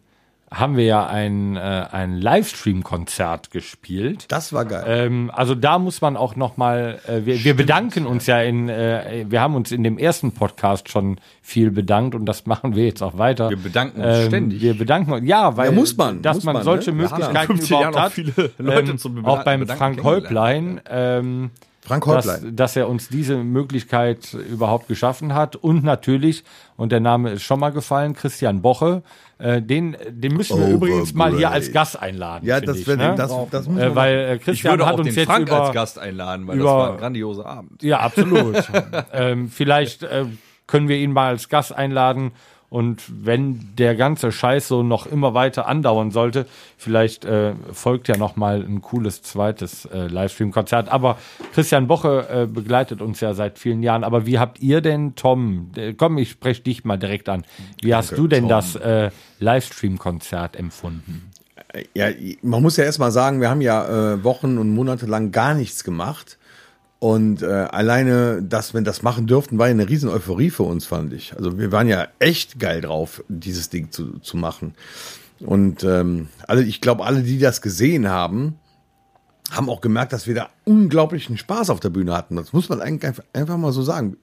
[SPEAKER 4] haben wir ja ein äh, ein Livestream-Konzert gespielt.
[SPEAKER 5] Das war geil.
[SPEAKER 4] Ähm, also da muss man auch noch mal. Äh, wir, wir bedanken uns ja in. Äh, wir haben uns in dem ersten Podcast schon viel bedankt und das machen wir jetzt auch weiter.
[SPEAKER 3] Wir
[SPEAKER 4] Ähm,
[SPEAKER 3] bedanken uns ständig.
[SPEAKER 4] Wir bedanken uns. Ja, weil
[SPEAKER 5] Ja, muss man,
[SPEAKER 4] dass
[SPEAKER 5] muss
[SPEAKER 4] man,
[SPEAKER 5] man,
[SPEAKER 4] solche
[SPEAKER 5] ne? Wir haben ja
[SPEAKER 4] Möglichkeiten
[SPEAKER 3] 15 Jahren
[SPEAKER 4] überhaupt
[SPEAKER 3] auch
[SPEAKER 4] hat.
[SPEAKER 3] viele Leute
[SPEAKER 4] ähm,
[SPEAKER 3] zum
[SPEAKER 4] auch
[SPEAKER 3] Bedanken-
[SPEAKER 4] beim
[SPEAKER 3] Bedanken
[SPEAKER 4] Frank Häuplein. Ähm,
[SPEAKER 5] Frank
[SPEAKER 4] dass,
[SPEAKER 5] Häuplein.
[SPEAKER 4] dass er uns diese Möglichkeit überhaupt geschaffen hat. Und natürlich, und der Name ist schon mal gefallen, Christian Boche. Äh, den, den müssen wir übrigens mal hier als Gast einladen.
[SPEAKER 5] Ja,
[SPEAKER 4] finde
[SPEAKER 5] das
[SPEAKER 4] ich,
[SPEAKER 5] wird-
[SPEAKER 4] ne?
[SPEAKER 5] das- das muss
[SPEAKER 4] äh,
[SPEAKER 5] man
[SPEAKER 4] Weil äh,
[SPEAKER 3] Ich würde
[SPEAKER 4] Christian
[SPEAKER 3] auch
[SPEAKER 4] hat
[SPEAKER 3] den
[SPEAKER 4] uns jetzt
[SPEAKER 3] Frank
[SPEAKER 4] über,
[SPEAKER 3] als Gast einladen, weil
[SPEAKER 4] über-
[SPEAKER 3] das war ein grandioser Abend.
[SPEAKER 4] Ja, absolut. ähm, vielleicht äh, können wir ihn mal als Gast einladen. Und wenn der ganze Scheiß so noch immer weiter andauern sollte, vielleicht äh, folgt ja noch mal ein cooles zweites äh, Livestream-Konzert. Aber Christian Boche äh, begleitet uns ja seit vielen Jahren. Aber wie habt ihr denn, Tom, äh, komm, ich spreche dich mal direkt an. Wie hast du denn das äh, Livestream-Konzert empfunden?
[SPEAKER 5] Ja, man muss ja erstmal sagen, wir haben ja äh, Wochen und Monate lang gar nichts gemacht. Und äh, alleine, dass wir das machen dürften, war ja eine riesen Euphorie für uns, fand ich. Also wir waren ja echt geil drauf, dieses Ding zu, zu machen. Und ähm, alle, ich glaube, alle, die das gesehen haben, haben auch gemerkt, dass wir da unglaublichen Spaß auf der Bühne hatten. Das muss man eigentlich einf- einfach mal so sagen.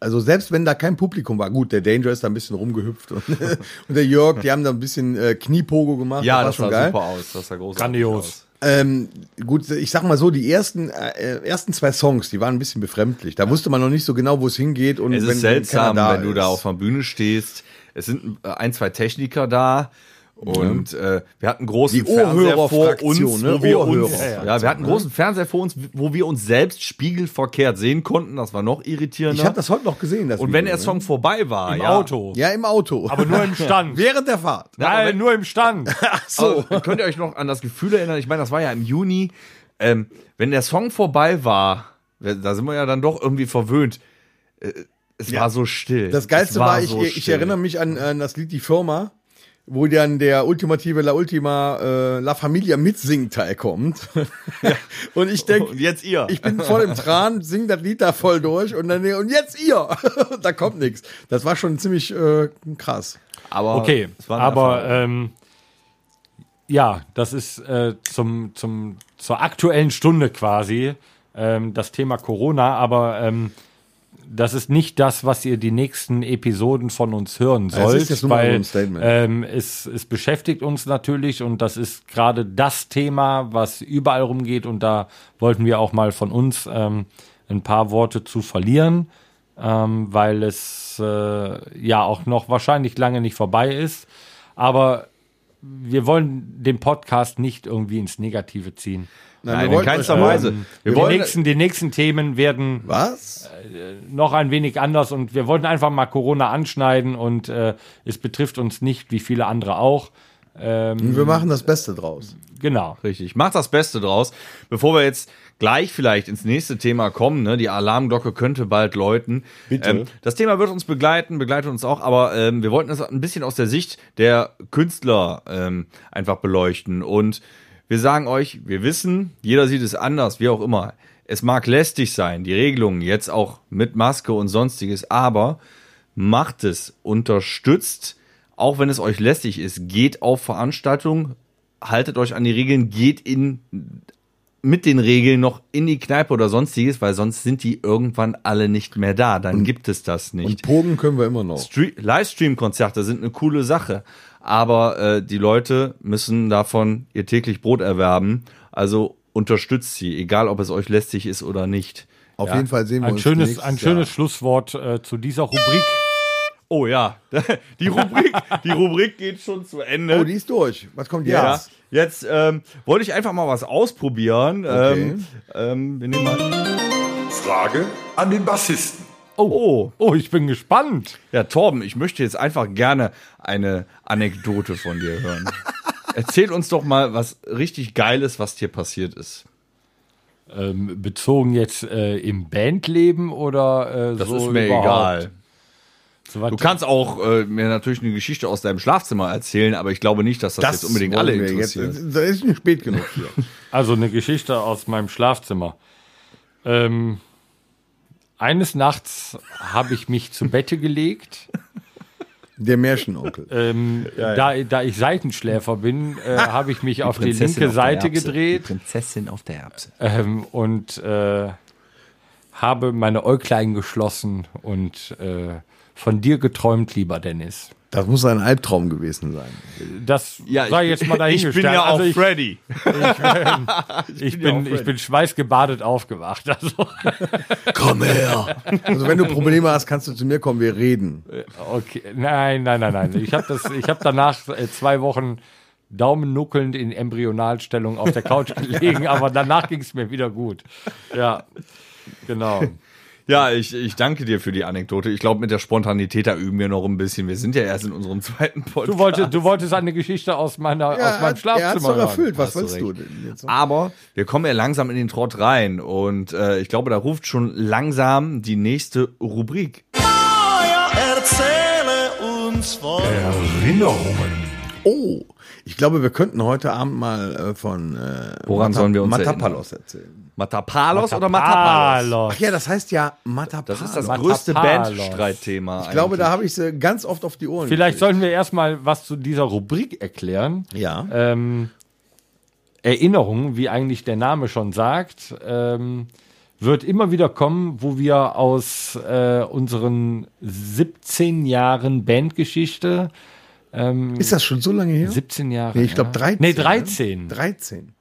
[SPEAKER 5] Also selbst wenn da kein Publikum war, gut, der Danger ist da ein bisschen rumgehüpft und, und der Jörg, die haben da ein bisschen äh, Kniepogo gemacht.
[SPEAKER 3] Ja,
[SPEAKER 5] war
[SPEAKER 3] das
[SPEAKER 5] schon
[SPEAKER 3] sah
[SPEAKER 5] geil.
[SPEAKER 3] super aus. Das sah großartig
[SPEAKER 4] Grandios.
[SPEAKER 3] Aus.
[SPEAKER 5] Ähm, gut, ich sag mal so, die ersten, äh, ersten zwei Songs, die waren ein bisschen befremdlich. Da wusste man noch nicht so genau, wo es hingeht. Und
[SPEAKER 3] Es
[SPEAKER 5] wenn-
[SPEAKER 3] ist seltsam,
[SPEAKER 5] keiner
[SPEAKER 3] wenn du da
[SPEAKER 5] ist.
[SPEAKER 3] auf der Bühne stehst. Es sind äh, ein, zwei Techniker da. Und äh, wir hatten einen großen
[SPEAKER 5] Die
[SPEAKER 3] Fernseher vor uns,
[SPEAKER 5] Ohrhörerfraktion, ne?
[SPEAKER 3] wo wir uns,
[SPEAKER 5] Ohrhörerfraktion,
[SPEAKER 3] ja, wir hatten einen großen Fernseher vor uns, wo wir uns selbst spiegelverkehrt sehen konnten. Das war noch irritierender.
[SPEAKER 5] Ich habe das heute noch gesehen. Das
[SPEAKER 3] Und wenn
[SPEAKER 5] Video,
[SPEAKER 3] der
[SPEAKER 5] ne?
[SPEAKER 3] Song vorbei war,
[SPEAKER 4] Im
[SPEAKER 3] ja,
[SPEAKER 4] Auto.
[SPEAKER 5] Ja, im Auto.
[SPEAKER 4] Aber nur im Stand.
[SPEAKER 5] während der Fahrt.
[SPEAKER 4] Nein, nur im Stand.
[SPEAKER 3] So. Also, könnt ihr euch noch an das Gefühl erinnern? Ich meine, das war ja im Juni. Ähm, wenn der Song vorbei war, da sind wir ja dann doch irgendwie verwöhnt. Äh, Es war so still.
[SPEAKER 5] Das Geilste
[SPEAKER 3] es
[SPEAKER 5] war, ich,
[SPEAKER 3] so
[SPEAKER 5] ich
[SPEAKER 3] still.
[SPEAKER 5] erinnere mich an, an das Lied Die Firma, wo dann der ultimative La Ultima äh, La Familia Mitsing-Teil kommt. und ich denke,
[SPEAKER 3] Und jetzt ihr.
[SPEAKER 5] ich bin voll im Tran, sing das Lied da voll durch und dann, und jetzt ihr. da kommt nichts. Das war schon ziemlich äh, krass.
[SPEAKER 3] aber
[SPEAKER 4] Okay,
[SPEAKER 3] es war eine
[SPEAKER 4] aber
[SPEAKER 3] Erfahrung.
[SPEAKER 4] ähm, ja, das ist äh, zum, zum, zur aktuellen Stunde quasi ähm, das Thema Corona, aber ähm, das ist nicht das, was ihr die nächsten Episoden von uns hören
[SPEAKER 5] das
[SPEAKER 4] sollt,
[SPEAKER 5] ist jetzt nur mal so
[SPEAKER 4] weil
[SPEAKER 5] ein Statement.
[SPEAKER 4] ähm, es, es beschäftigt uns natürlich und das ist gerade das Thema, was überall rumgeht und da wollten wir auch mal von uns ähm, ein paar Worte zu verlieren ähm, weil es äh, ja auch noch wahrscheinlich lange nicht vorbei ist. Aber wir wollen den Podcast nicht irgendwie ins Negative ziehen.
[SPEAKER 3] Nein,
[SPEAKER 5] wir
[SPEAKER 3] in
[SPEAKER 5] wollten
[SPEAKER 3] keinster
[SPEAKER 5] euch-
[SPEAKER 3] Weise.
[SPEAKER 5] Ähm,
[SPEAKER 3] wir
[SPEAKER 4] die,
[SPEAKER 3] wollen,
[SPEAKER 4] nächsten, die nächsten Themen werden
[SPEAKER 5] Was?
[SPEAKER 4] noch ein wenig anders und wir wollten einfach mal Corona anschneiden und äh, es betrifft uns nicht, wie viele andere auch.
[SPEAKER 3] Hm.
[SPEAKER 4] Ähm,
[SPEAKER 5] Wir machen das Beste draus.
[SPEAKER 4] genau.
[SPEAKER 3] Richtig. Macht das Beste draus. Bevor wir jetzt gleich vielleicht ins nächste Thema kommen, ne? die Alarmglocke könnte bald läuten. Bitte. Ähm, das Thema wird uns begleiten, begleitet uns auch, aber ähm, wir wollten es ein bisschen aus der Sicht der Künstler ähm, einfach beleuchten. Und wir sagen euch, wir wissen, jeder sieht es anders, wie auch immer. Es mag lästig sein, die Regelungen jetzt auch mit Maske und sonstiges, aber macht es, unterstützt, auch wenn es euch lästig ist, geht auf Veranstaltungen, haltet euch an die Regeln, geht in mit den Regeln noch in die Kneipe oder sonstiges, weil sonst sind die irgendwann alle nicht mehr da. Dann gibt es das
[SPEAKER 5] Und
[SPEAKER 3] nicht.
[SPEAKER 5] Pogen können wir immer noch.
[SPEAKER 3] Stre- Livestream-Konzerte sind eine coole Sache, aber äh, die Leute müssen davon ihr täglich Brot erwerben. Also unterstützt sie, egal ob es euch lästig ist oder nicht.
[SPEAKER 5] Auf jeden Fall sehen wir
[SPEAKER 4] Ein
[SPEAKER 5] uns
[SPEAKER 4] schönes,
[SPEAKER 5] nächstes
[SPEAKER 4] ein schönes
[SPEAKER 5] Jahr.
[SPEAKER 4] Schlusswort äh, zu dieser Rubrik.
[SPEAKER 3] Oh ja, die Rubrik, die Rubrik geht schon zu Ende.
[SPEAKER 5] Oh, die ist durch. Was kommt
[SPEAKER 3] Ja.
[SPEAKER 5] jetzt?
[SPEAKER 3] Jetzt ähm, wollte ich einfach mal was ausprobieren.
[SPEAKER 5] Okay.
[SPEAKER 3] Ähm, ähm, wir nehmen mal.
[SPEAKER 1] Frage an den Bassisten.
[SPEAKER 4] Oh, oh, ich bin gespannt.
[SPEAKER 3] Ja, Torben, ich möchte jetzt einfach gerne eine Anekdote von dir hören. Erzähl uns doch mal was richtig Geiles, was dir passiert ist.
[SPEAKER 4] Ähm, bezogen jetzt äh, im Bandleben oder äh,
[SPEAKER 3] Das
[SPEAKER 4] so
[SPEAKER 3] ist mir
[SPEAKER 4] überhaupt?
[SPEAKER 3] egal.
[SPEAKER 4] So was-
[SPEAKER 3] Du kannst auch äh, mir natürlich eine Geschichte aus deinem Schlafzimmer erzählen, aber ich glaube nicht, dass das, jetzt unbedingt alle
[SPEAKER 5] wollen wir
[SPEAKER 3] interessiert.
[SPEAKER 5] Jetzt, da ist nicht spät genug für.
[SPEAKER 4] Also eine Geschichte aus meinem Schlafzimmer. Ähm, eines Nachts habe ich mich zu Bette gelegt.
[SPEAKER 5] Der Märchenonkel.
[SPEAKER 4] Ähm, Da, da ich Seitenschläfer bin, äh, habe ich mich auf die linke Seite gedreht.
[SPEAKER 3] Prinzessin auf der Erbse.
[SPEAKER 4] ähm, und äh, habe meine Äuglein geschlossen und äh, von dir geträumt, lieber Dennis.
[SPEAKER 5] Das muss ein Albtraum gewesen sein.
[SPEAKER 4] Das
[SPEAKER 3] Ja,
[SPEAKER 4] sei
[SPEAKER 3] ich,
[SPEAKER 4] jetzt mal
[SPEAKER 3] ich
[SPEAKER 4] dahingestellt.
[SPEAKER 3] bin ja auch
[SPEAKER 4] also ich,
[SPEAKER 3] Freddy.
[SPEAKER 4] ich, bin, ich bin schweißgebadet aufgewacht. Also,
[SPEAKER 5] Komm her. Also wenn du Probleme hast, kannst du zu mir kommen, wir reden.
[SPEAKER 4] okay. Nein, nein, nein, nein. Ich habe hab danach äh, zwei Wochen daumennuckelnd in Embryonalstellung auf der Couch gelegen, aber danach ging es mir wieder gut. Ja, genau.
[SPEAKER 3] Ja, ich, ich danke dir für die Anekdote. Ich glaube, mit der Spontanität, da üben wir noch ein bisschen. Wir sind ja erst in unserem zweiten Podcast.
[SPEAKER 4] Du wolltest, du wolltest eine Geschichte aus, meiner, aus meinem
[SPEAKER 5] er
[SPEAKER 4] Schlafzimmer
[SPEAKER 5] hat's doch
[SPEAKER 4] hören.
[SPEAKER 5] erfüllt. Was
[SPEAKER 3] Hast du
[SPEAKER 5] willst du?
[SPEAKER 3] recht.
[SPEAKER 5] denn jetzt?
[SPEAKER 3] Aber wir kommen ja langsam in den Trott rein. Und äh, ich glaube, da ruft schon langsam die nächste Rubrik.
[SPEAKER 1] Erinnerungen.
[SPEAKER 5] Oh, ich glaube, wir könnten heute Abend mal äh, von äh,
[SPEAKER 3] Woran sollen wir uns
[SPEAKER 5] Matapalos erzählen.
[SPEAKER 3] Matapalos oder Matapalos?
[SPEAKER 4] Matapalos. Ah,
[SPEAKER 5] Ach ja, das heißt ja Matapalos.
[SPEAKER 3] Das ist das
[SPEAKER 4] Matapalos.
[SPEAKER 3] größte Bandstreitthema.
[SPEAKER 5] ich glaube, da habe ich sie ganz oft auf die Ohren.
[SPEAKER 4] Vielleicht sollten wir erstmal was zu dieser Rubrik erklären.
[SPEAKER 5] Ja.
[SPEAKER 4] Ähm, Erinnerung, wie eigentlich der Name schon sagt, ähm, wird immer wieder kommen, wo wir aus äh, unseren 17 Jahren Bandgeschichte,
[SPEAKER 5] ist das schon so lange her?
[SPEAKER 4] 17 Jahre.
[SPEAKER 5] Nee, ich glaube
[SPEAKER 4] ja.
[SPEAKER 5] 13.
[SPEAKER 4] Nee, 13.
[SPEAKER 5] Ne? 13.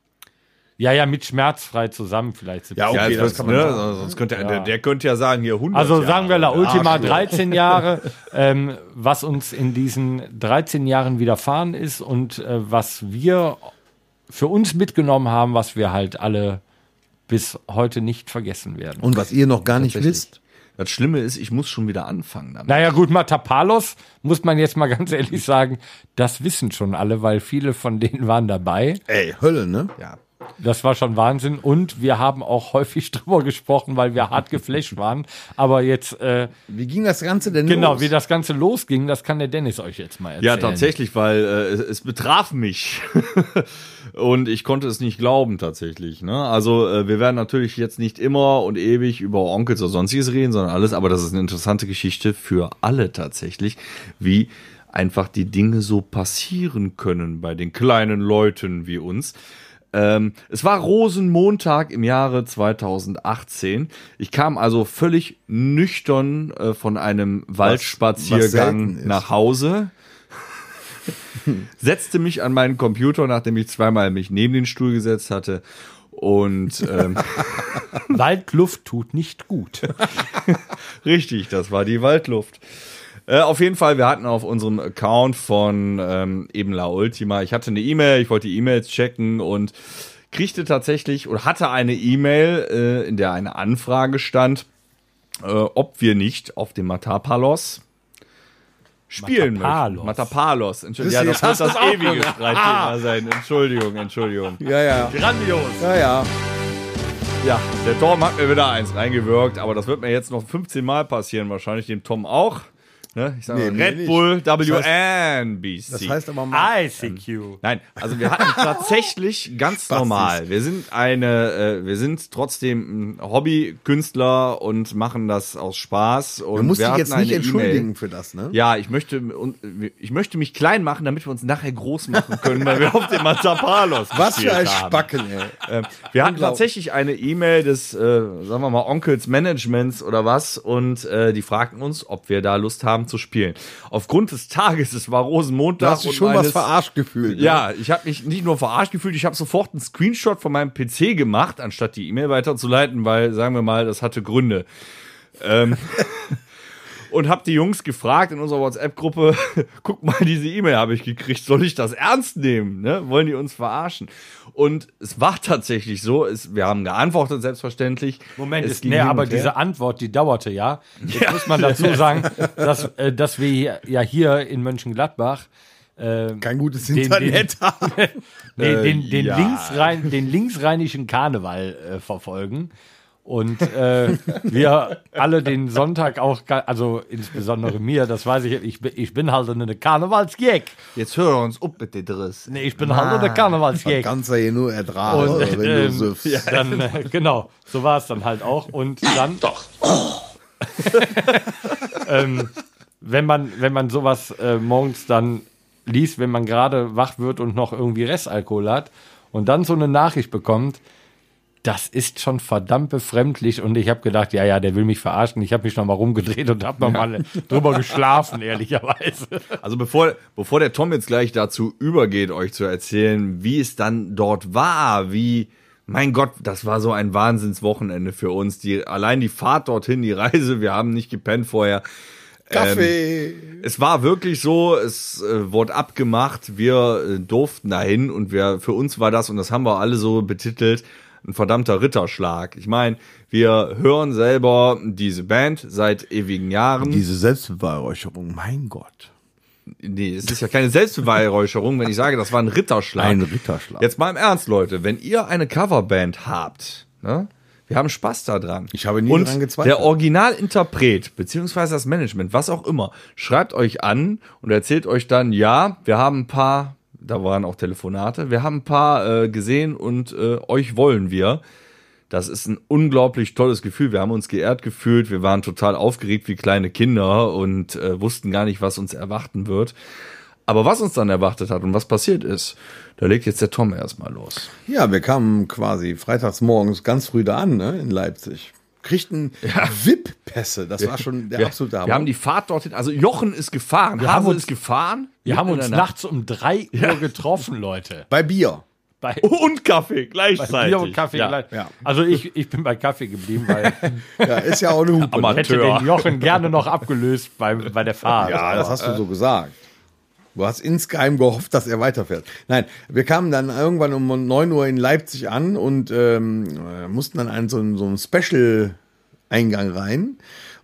[SPEAKER 4] Ja, ja, mit schmerzfrei zusammen vielleicht. 17.
[SPEAKER 5] Ja,
[SPEAKER 3] ja,
[SPEAKER 5] okay,
[SPEAKER 3] das,
[SPEAKER 5] das kann man
[SPEAKER 3] ne,
[SPEAKER 5] sagen.
[SPEAKER 3] sonst könnte der, der könnte ja sagen hier 100
[SPEAKER 4] Also
[SPEAKER 3] Jahre.
[SPEAKER 4] sagen wir La Ultima
[SPEAKER 5] Arschloch.
[SPEAKER 4] 13 Jahre, ähm, was uns in diesen 13 Jahren widerfahren ist und äh, was wir für uns mitgenommen haben, was wir halt alle bis heute nicht vergessen werden.
[SPEAKER 5] Und was ihr noch gar nicht wisst.
[SPEAKER 3] Das Schlimme ist, ich muss schon wieder anfangen damit.
[SPEAKER 4] Naja gut, Matapalos, muss man jetzt mal ganz ehrlich sagen, das wissen schon alle, weil viele von denen waren dabei.
[SPEAKER 5] Ey, Hölle, ne?
[SPEAKER 3] Ja.
[SPEAKER 4] Das war schon Wahnsinn und wir haben auch häufig drüber gesprochen, weil wir hart geflasht waren. Aber jetzt, äh,
[SPEAKER 5] Wie ging das Ganze denn
[SPEAKER 4] genau,
[SPEAKER 5] los?
[SPEAKER 4] wie das Ganze losging, das kann der Dennis euch jetzt mal erzählen.
[SPEAKER 3] Ja, tatsächlich, weil äh, es, es betraf mich. und ich konnte es nicht glauben, tatsächlich. Ne? Also, äh, wir werden natürlich jetzt nicht immer und ewig über Onkels oder sonstiges reden, sondern alles, aber das ist eine interessante Geschichte für alle tatsächlich, wie einfach die Dinge so passieren können bei den kleinen Leuten wie uns. Ähm, es war Rosenmontag im Jahre 2018. Ich kam also völlig nüchtern äh, von einem
[SPEAKER 5] selten
[SPEAKER 3] Waldspaziergang
[SPEAKER 5] ist.
[SPEAKER 3] nach Hause setzte mich an meinen Computer, nachdem ich zweimal mich neben den Stuhl gesetzt hatte. Und ähm,
[SPEAKER 4] Waldluft tut nicht gut.
[SPEAKER 3] richtig, das war die Waldluft. Äh, auf jeden Fall, wir hatten auf unserem Account von ähm, eben La Ultima, ich hatte eine E-Mail, ich wollte die E-Mails checken und kriegte tatsächlich oder hatte eine E-Mail, äh, in der eine Anfrage stand, äh, ob wir nicht auf dem Matapalos spielen
[SPEAKER 4] Matapalos.
[SPEAKER 3] möchten. Matapalos. Entschuldigung, ja, das muss das ewige Streitthema sein. Entschuldigung, Entschuldigung.
[SPEAKER 5] Ja, ja.
[SPEAKER 3] Grandios.
[SPEAKER 5] Ja, ja.
[SPEAKER 3] Ja, der Tom hat mir wieder eins reingewirkt, aber das wird mir jetzt noch 15 Mal passieren, wahrscheinlich dem Tom auch. Ne? Ich sage
[SPEAKER 5] Nee,
[SPEAKER 3] mal,
[SPEAKER 5] mir
[SPEAKER 3] Red
[SPEAKER 5] nicht.
[SPEAKER 3] Bull
[SPEAKER 5] Das
[SPEAKER 3] WNBC.
[SPEAKER 5] Das heißt aber mal.
[SPEAKER 4] ICQ.
[SPEAKER 3] Nein, also wir hatten tatsächlich ganz normal. Wir sind eine, äh, wir sind trotzdem ein Hobbykünstler und machen das aus Spaß. Und
[SPEAKER 5] Du musst
[SPEAKER 3] wir
[SPEAKER 5] dich
[SPEAKER 3] hatten
[SPEAKER 5] jetzt nicht
[SPEAKER 3] eine
[SPEAKER 5] entschuldigen
[SPEAKER 3] E-Mail.
[SPEAKER 5] für das, ne?
[SPEAKER 3] Ja, ich möchte, und ich möchte mich klein machen, damit wir uns nachher groß machen können, weil wir auf dem Mazapalos
[SPEAKER 5] Was für ein
[SPEAKER 3] Spack.
[SPEAKER 5] Spacken, ey.
[SPEAKER 3] Ähm, wir hatten
[SPEAKER 5] Unglaublich.
[SPEAKER 3] tatsächlich eine E-Mail des, äh, sagen wir mal, Onkels Managements oder was und äh, die fragten uns, ob wir da Lust haben zu spielen. Aufgrund des Tages, es war
[SPEAKER 5] Du
[SPEAKER 3] Rosenmontag.
[SPEAKER 5] hast dich
[SPEAKER 3] und
[SPEAKER 5] schon was
[SPEAKER 3] meines-
[SPEAKER 5] verarscht gefühlt. ne?
[SPEAKER 3] Ja, ich habe mich nicht nur verarscht gefühlt, ich habe sofort einen Screenshot von meinem PC gemacht, anstatt die E-Mail weiterzuleiten, weil, sagen wir mal, das hatte Gründe. Ähm, und habe die Jungs gefragt in unserer WhatsApp-Gruppe, guck mal, diese E-Mail habe ich gekriegt, soll ich das ernst nehmen? Ne? Wollen die uns verarschen? Und es war tatsächlich so, es, wir haben geantwortet, selbstverständlich.
[SPEAKER 4] Moment,
[SPEAKER 3] es
[SPEAKER 4] ist,
[SPEAKER 3] ging
[SPEAKER 4] nee,
[SPEAKER 3] hin und
[SPEAKER 4] aber
[SPEAKER 3] her.
[SPEAKER 4] diese Antwort, die dauerte ja. Jetzt muss man dazu sagen, dass, äh, dass wir hier, ja hier in Mönchengladbach äh,
[SPEAKER 5] Kein gutes
[SPEAKER 4] den-
[SPEAKER 5] Internet haben.
[SPEAKER 4] nee, den, den,
[SPEAKER 3] ja.
[SPEAKER 4] linksrhein, den linksrheinischen Karneval äh, verfolgen. Und äh, wir alle den Sonntag auch, ga- also insbesondere mir, das weiß ich, ich, bin- ich bin halt eine Karnevalsjäg.
[SPEAKER 3] Jetzt hören wir uns ob mit den Driss.
[SPEAKER 4] Nee, ich bin halt eine Karnevalsjäg.
[SPEAKER 5] Kannst du hier nur ertragen,
[SPEAKER 4] Und,
[SPEAKER 5] wenn du
[SPEAKER 4] ähm,
[SPEAKER 5] süffst.
[SPEAKER 4] Dann, äh, genau, so war es dann halt auch. Und dann. Doch. ähm, wenn, man, wenn man sowas äh, morgens dann liest, wenn man gerade wach wird und noch irgendwie Restalkohol hat und dann so eine Nachricht bekommt, das ist schon verdammt befremdlich. Und ich habe gedacht, ja, ja, der will mich verarschen. Ich habe mich nochmal rumgedreht und habe nochmal äh, drüber geschlafen, ehrlicherweise.
[SPEAKER 3] Also bevor, bevor der Tom jetzt gleich dazu übergeht, euch zu erzählen, wie es dann dort war, wie, mein Gott, das war so ein Wahnsinnswochenende für uns. Die, allein die Fahrt dorthin, die Reise, wir haben nicht gepennt vorher.
[SPEAKER 5] Kaffee.
[SPEAKER 3] Es war wirklich so, es äh, wurde abgemacht, wir äh, durften dahin und wir, für uns war das, und das haben wir alle so betitelt, ein verdammter Ritterschlag. Ich meine, wir hören selber diese Band seit ewigen Jahren.
[SPEAKER 5] Diese Selbstbeweihräucherung, mein Gott.
[SPEAKER 3] Nee, es ist ja keine Selbstbeweihräucherung, wenn ich sage, das war ein Ritterschlag.
[SPEAKER 5] Ein Ritterschlag.
[SPEAKER 3] Jetzt mal im Ernst, Leute, wenn ihr eine Coverband habt, ne? Wir haben Spaß daran.
[SPEAKER 5] Ich habe nie
[SPEAKER 3] Und
[SPEAKER 5] daran gezweifelt.
[SPEAKER 3] Der Originalinterpret, beziehungsweise das Management, was auch immer, schreibt euch an und erzählt euch dann, ja, wir haben ein paar, da waren auch Telefonate, wir haben ein paar äh, gesehen und äh, euch wollen wir. Das ist ein unglaublich tolles Gefühl. Wir haben uns geehrt gefühlt. Wir waren total aufgeregt wie kleine Kinder und äh, wussten gar nicht, was uns erwarten wird. Aber was uns dann erwartet hat und was passiert ist, da legt jetzt der Tom erstmal los.
[SPEAKER 5] Ja, wir kamen quasi freitags morgens ganz früh da an, ne, in Leipzig. Kriegten VIP-Pässe, das war schon der
[SPEAKER 3] wir,
[SPEAKER 5] absolute
[SPEAKER 3] wir haben die Fahrt dorthin, also Jochen ist gefahren, wir
[SPEAKER 4] haben
[SPEAKER 3] Hase
[SPEAKER 4] uns-
[SPEAKER 3] ist gefahren.
[SPEAKER 4] Wir haben
[SPEAKER 3] Mitten
[SPEAKER 4] uns
[SPEAKER 3] in der Nacht-
[SPEAKER 4] nachts um 3 Uhr getroffen, Leute.
[SPEAKER 5] Bei Bier.
[SPEAKER 4] Bei,
[SPEAKER 3] und Kaffee gleichzeitig.
[SPEAKER 4] Bier und Kaffee
[SPEAKER 3] Ja.
[SPEAKER 4] gleich.
[SPEAKER 5] Ja.
[SPEAKER 4] Also ich, ich bin bei Kaffee geblieben, weil
[SPEAKER 5] Ja, ist ja auch eine Hupe.
[SPEAKER 3] Amateur.
[SPEAKER 5] ne?
[SPEAKER 4] hätte den Jochen gerne noch abgelöst bei, bei der Fahrt.
[SPEAKER 5] Ja, das
[SPEAKER 3] äh,
[SPEAKER 5] hast du so gesagt. Du hast insgeheim gehofft, dass er weiterfährt. Nein, wir kamen dann irgendwann um 9 Uhr in Leipzig an und ähm, äh, mussten dann an so einen, so einen Special-Eingang rein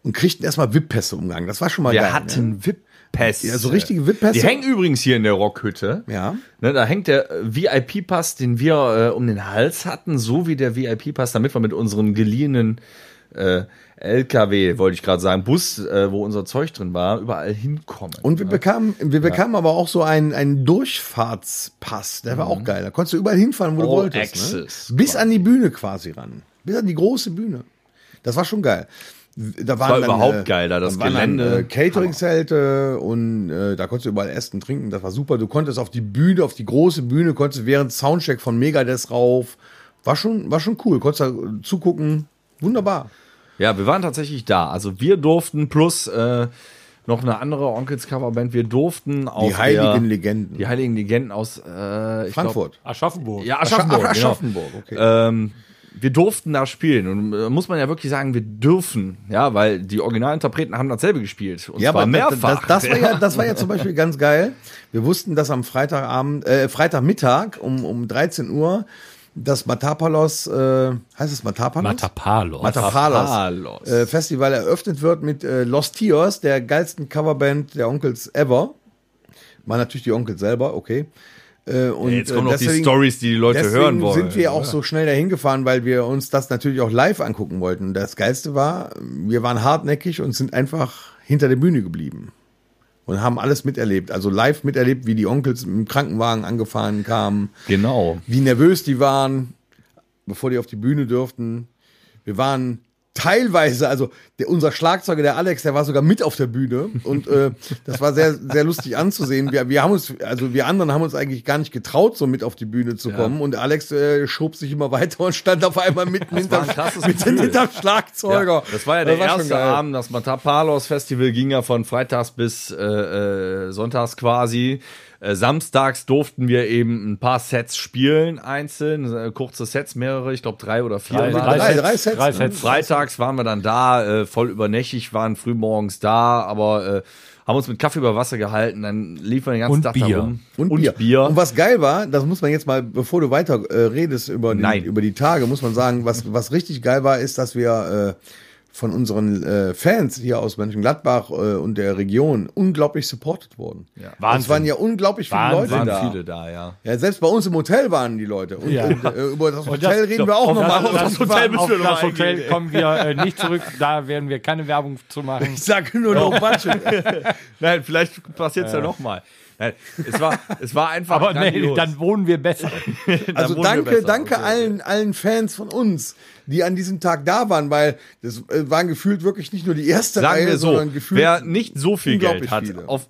[SPEAKER 5] und kriegten erstmal VIP-Pässe umgang. Das war schon mal
[SPEAKER 3] Wir
[SPEAKER 5] geil. Ne?
[SPEAKER 3] hatten VIP-Pässe.
[SPEAKER 5] Ja, so richtige VIP-Pässe.
[SPEAKER 3] Die hängen übrigens hier in der Rockhütte.
[SPEAKER 5] Ja.
[SPEAKER 3] Ne, da hängt der äh, VIP-Pass, den wir äh, um den Hals hatten, so wie der VIP-Pass, damit wir mit unserem geliehenen äh, LKW, wollte ich gerade sagen, Bus, äh, wo unser Zeug drin war, überall hinkommen.
[SPEAKER 5] Und wir bekamen, wir bekamen aber auch so einen, einen Durchfahrtspass, der war auch geil. Da konntest du überall hinfahren, wo du
[SPEAKER 3] Mhm. All
[SPEAKER 5] wolltest. Ne?
[SPEAKER 3] access
[SPEAKER 5] Bis an die Bühne quasi ran. Bis an die große Bühne. Das war schon geil. Da waren
[SPEAKER 3] war
[SPEAKER 5] dann,
[SPEAKER 3] überhaupt geil, da das
[SPEAKER 5] waren
[SPEAKER 3] Gelände.
[SPEAKER 5] Dann, äh, Catering-Zelte und äh, da konntest du überall essen, trinken, das war super. Du konntest auf die Bühne, auf die große Bühne, konntest während Soundcheck von Megadeth rauf. War schon, war schon cool. Konntest da äh, zugucken. Wunderbar.
[SPEAKER 3] ja, wir waren tatsächlich da. Also wir durften plus äh, noch eine andere Onkels Coverband, wir durften auf
[SPEAKER 5] Die heiligen
[SPEAKER 3] der,
[SPEAKER 5] Legenden.
[SPEAKER 3] die heiligen Legenden aus äh, ich glaub,
[SPEAKER 5] Frankfurt.
[SPEAKER 4] Aschaffenburg.
[SPEAKER 3] Ja, Aschaffenburg.
[SPEAKER 5] Ach,
[SPEAKER 3] genau.
[SPEAKER 5] Aschaffenburg, okay.
[SPEAKER 3] Ähm, wir durften da spielen und äh, muss man ja wirklich sagen, wir dürfen, ja, weil die Originalinterpreten haben dasselbe gespielt und zwar
[SPEAKER 5] aber
[SPEAKER 3] mehrfach.
[SPEAKER 5] Das, das, das, war ja, das war ja zum Beispiel ganz geil. Wir wussten, dass am Freitagabend, äh, Freitagmittag um, um 13 Uhr das Matapalos, äh, heißt es Matapalos?
[SPEAKER 4] Matapalos.
[SPEAKER 5] Matapalos
[SPEAKER 3] Matapalos.
[SPEAKER 5] äh, Festival eröffnet wird mit äh, Los Tios, der geilsten Coverband der Onkels ever. War natürlich die Onkels selber, okay. Äh, und,
[SPEAKER 3] Jetzt kommen
[SPEAKER 5] äh,
[SPEAKER 3] noch die
[SPEAKER 5] deswegen-
[SPEAKER 3] Stories, die die Leute
[SPEAKER 5] Deswegen
[SPEAKER 3] hören wollen.
[SPEAKER 5] sind wir auch so schnell dahin gefahren, weil wir uns das natürlich auch live angucken wollten. Das Geilste war, wir waren hartnäckig und sind einfach hinter der Bühne geblieben. Und haben alles miterlebt. Also live miterlebt, wie die Onkels im Krankenwagen angefahren kamen,
[SPEAKER 3] genau.
[SPEAKER 5] wie nervös die waren, bevor die auf die Bühne durften. Wir waren teilweise, also der, unser Schlagzeuger, der Alex, der war sogar mit auf der Bühne und äh, das war sehr, sehr lustig anzusehen. Wir, wir haben uns, also wir anderen haben uns eigentlich gar nicht getraut, so mit auf die Bühne zu kommen und Alex äh, schob sich immer weiter und stand auf einmal mitten hinterm,
[SPEAKER 3] war ein krasses
[SPEAKER 5] mitten
[SPEAKER 3] Gefühl.
[SPEAKER 5] hinterm Schlagzeuger.
[SPEAKER 3] das war ja der
[SPEAKER 5] schon
[SPEAKER 3] erste
[SPEAKER 5] geil.
[SPEAKER 3] Abend. Das Matapalos Festival ging ja von freitags bis äh, äh, sonntags quasi. Äh, samstags durften wir eben ein paar Sets spielen, einzeln, äh, kurze Sets, mehrere, ich glaube drei oder vier. waren
[SPEAKER 5] drei
[SPEAKER 3] es.
[SPEAKER 5] Sets. Sets,
[SPEAKER 4] drei
[SPEAKER 5] ne?
[SPEAKER 4] Sets.
[SPEAKER 3] Freitags waren wir dann da, äh, voll übernächtig, waren früh morgens da, aber äh, haben uns mit Kaffee über Wasser gehalten, dann lief man den ganzen
[SPEAKER 4] Und
[SPEAKER 3] Tag
[SPEAKER 4] Bier.
[SPEAKER 3] da rum.
[SPEAKER 5] Und, Bier. Und was geil war, das muss man jetzt mal, bevor du weiter äh, redest über
[SPEAKER 3] Nein.
[SPEAKER 5] die, über die Tage, muss man sagen, was, was richtig geil war, ist, dass wir äh, von unseren äh, Fans hier aus Mönchengladbach äh, und der Region unglaublich supportet wurden. Ja. Es
[SPEAKER 4] Wahnsinn.
[SPEAKER 5] waren ja unglaublich viele
[SPEAKER 4] Wahnsinn.
[SPEAKER 5] Leute
[SPEAKER 3] waren
[SPEAKER 5] da.
[SPEAKER 3] viele da, ja.
[SPEAKER 5] Ja, selbst bei uns im Hotel waren die Leute. Und,
[SPEAKER 4] Ja.
[SPEAKER 5] und äh, über das Hotel
[SPEAKER 4] das-
[SPEAKER 5] reden wir auch
[SPEAKER 4] auf
[SPEAKER 5] nochmal.
[SPEAKER 4] das-
[SPEAKER 3] das Hotel müssen
[SPEAKER 4] Auf
[SPEAKER 3] wir noch
[SPEAKER 4] das
[SPEAKER 3] eingehen,
[SPEAKER 4] Hotel
[SPEAKER 3] ey.
[SPEAKER 4] kommen wir äh, nicht zurück, da werden wir keine Werbung zu machen.
[SPEAKER 5] Ich sage nur noch Quatsch.
[SPEAKER 3] Nein, vielleicht passiert es ja, nochmal. Nein, es war, es war einfach.
[SPEAKER 4] Aber nee,
[SPEAKER 3] grandios.
[SPEAKER 4] dann wohnen wir besser.
[SPEAKER 3] wurden
[SPEAKER 5] Also
[SPEAKER 3] wir
[SPEAKER 5] danke,
[SPEAKER 3] besser,
[SPEAKER 5] danke
[SPEAKER 3] okay.
[SPEAKER 5] allen, allen Fans von uns, die an diesem Tag da waren, weil das äh, waren gefühlt wirklich nicht nur die erste
[SPEAKER 3] Sagen
[SPEAKER 5] Reihe,
[SPEAKER 3] wir so,
[SPEAKER 5] sondern gefühlt.
[SPEAKER 3] wer nicht so viel Geld
[SPEAKER 5] unglaublich
[SPEAKER 3] hat,
[SPEAKER 5] viele.
[SPEAKER 3] auf,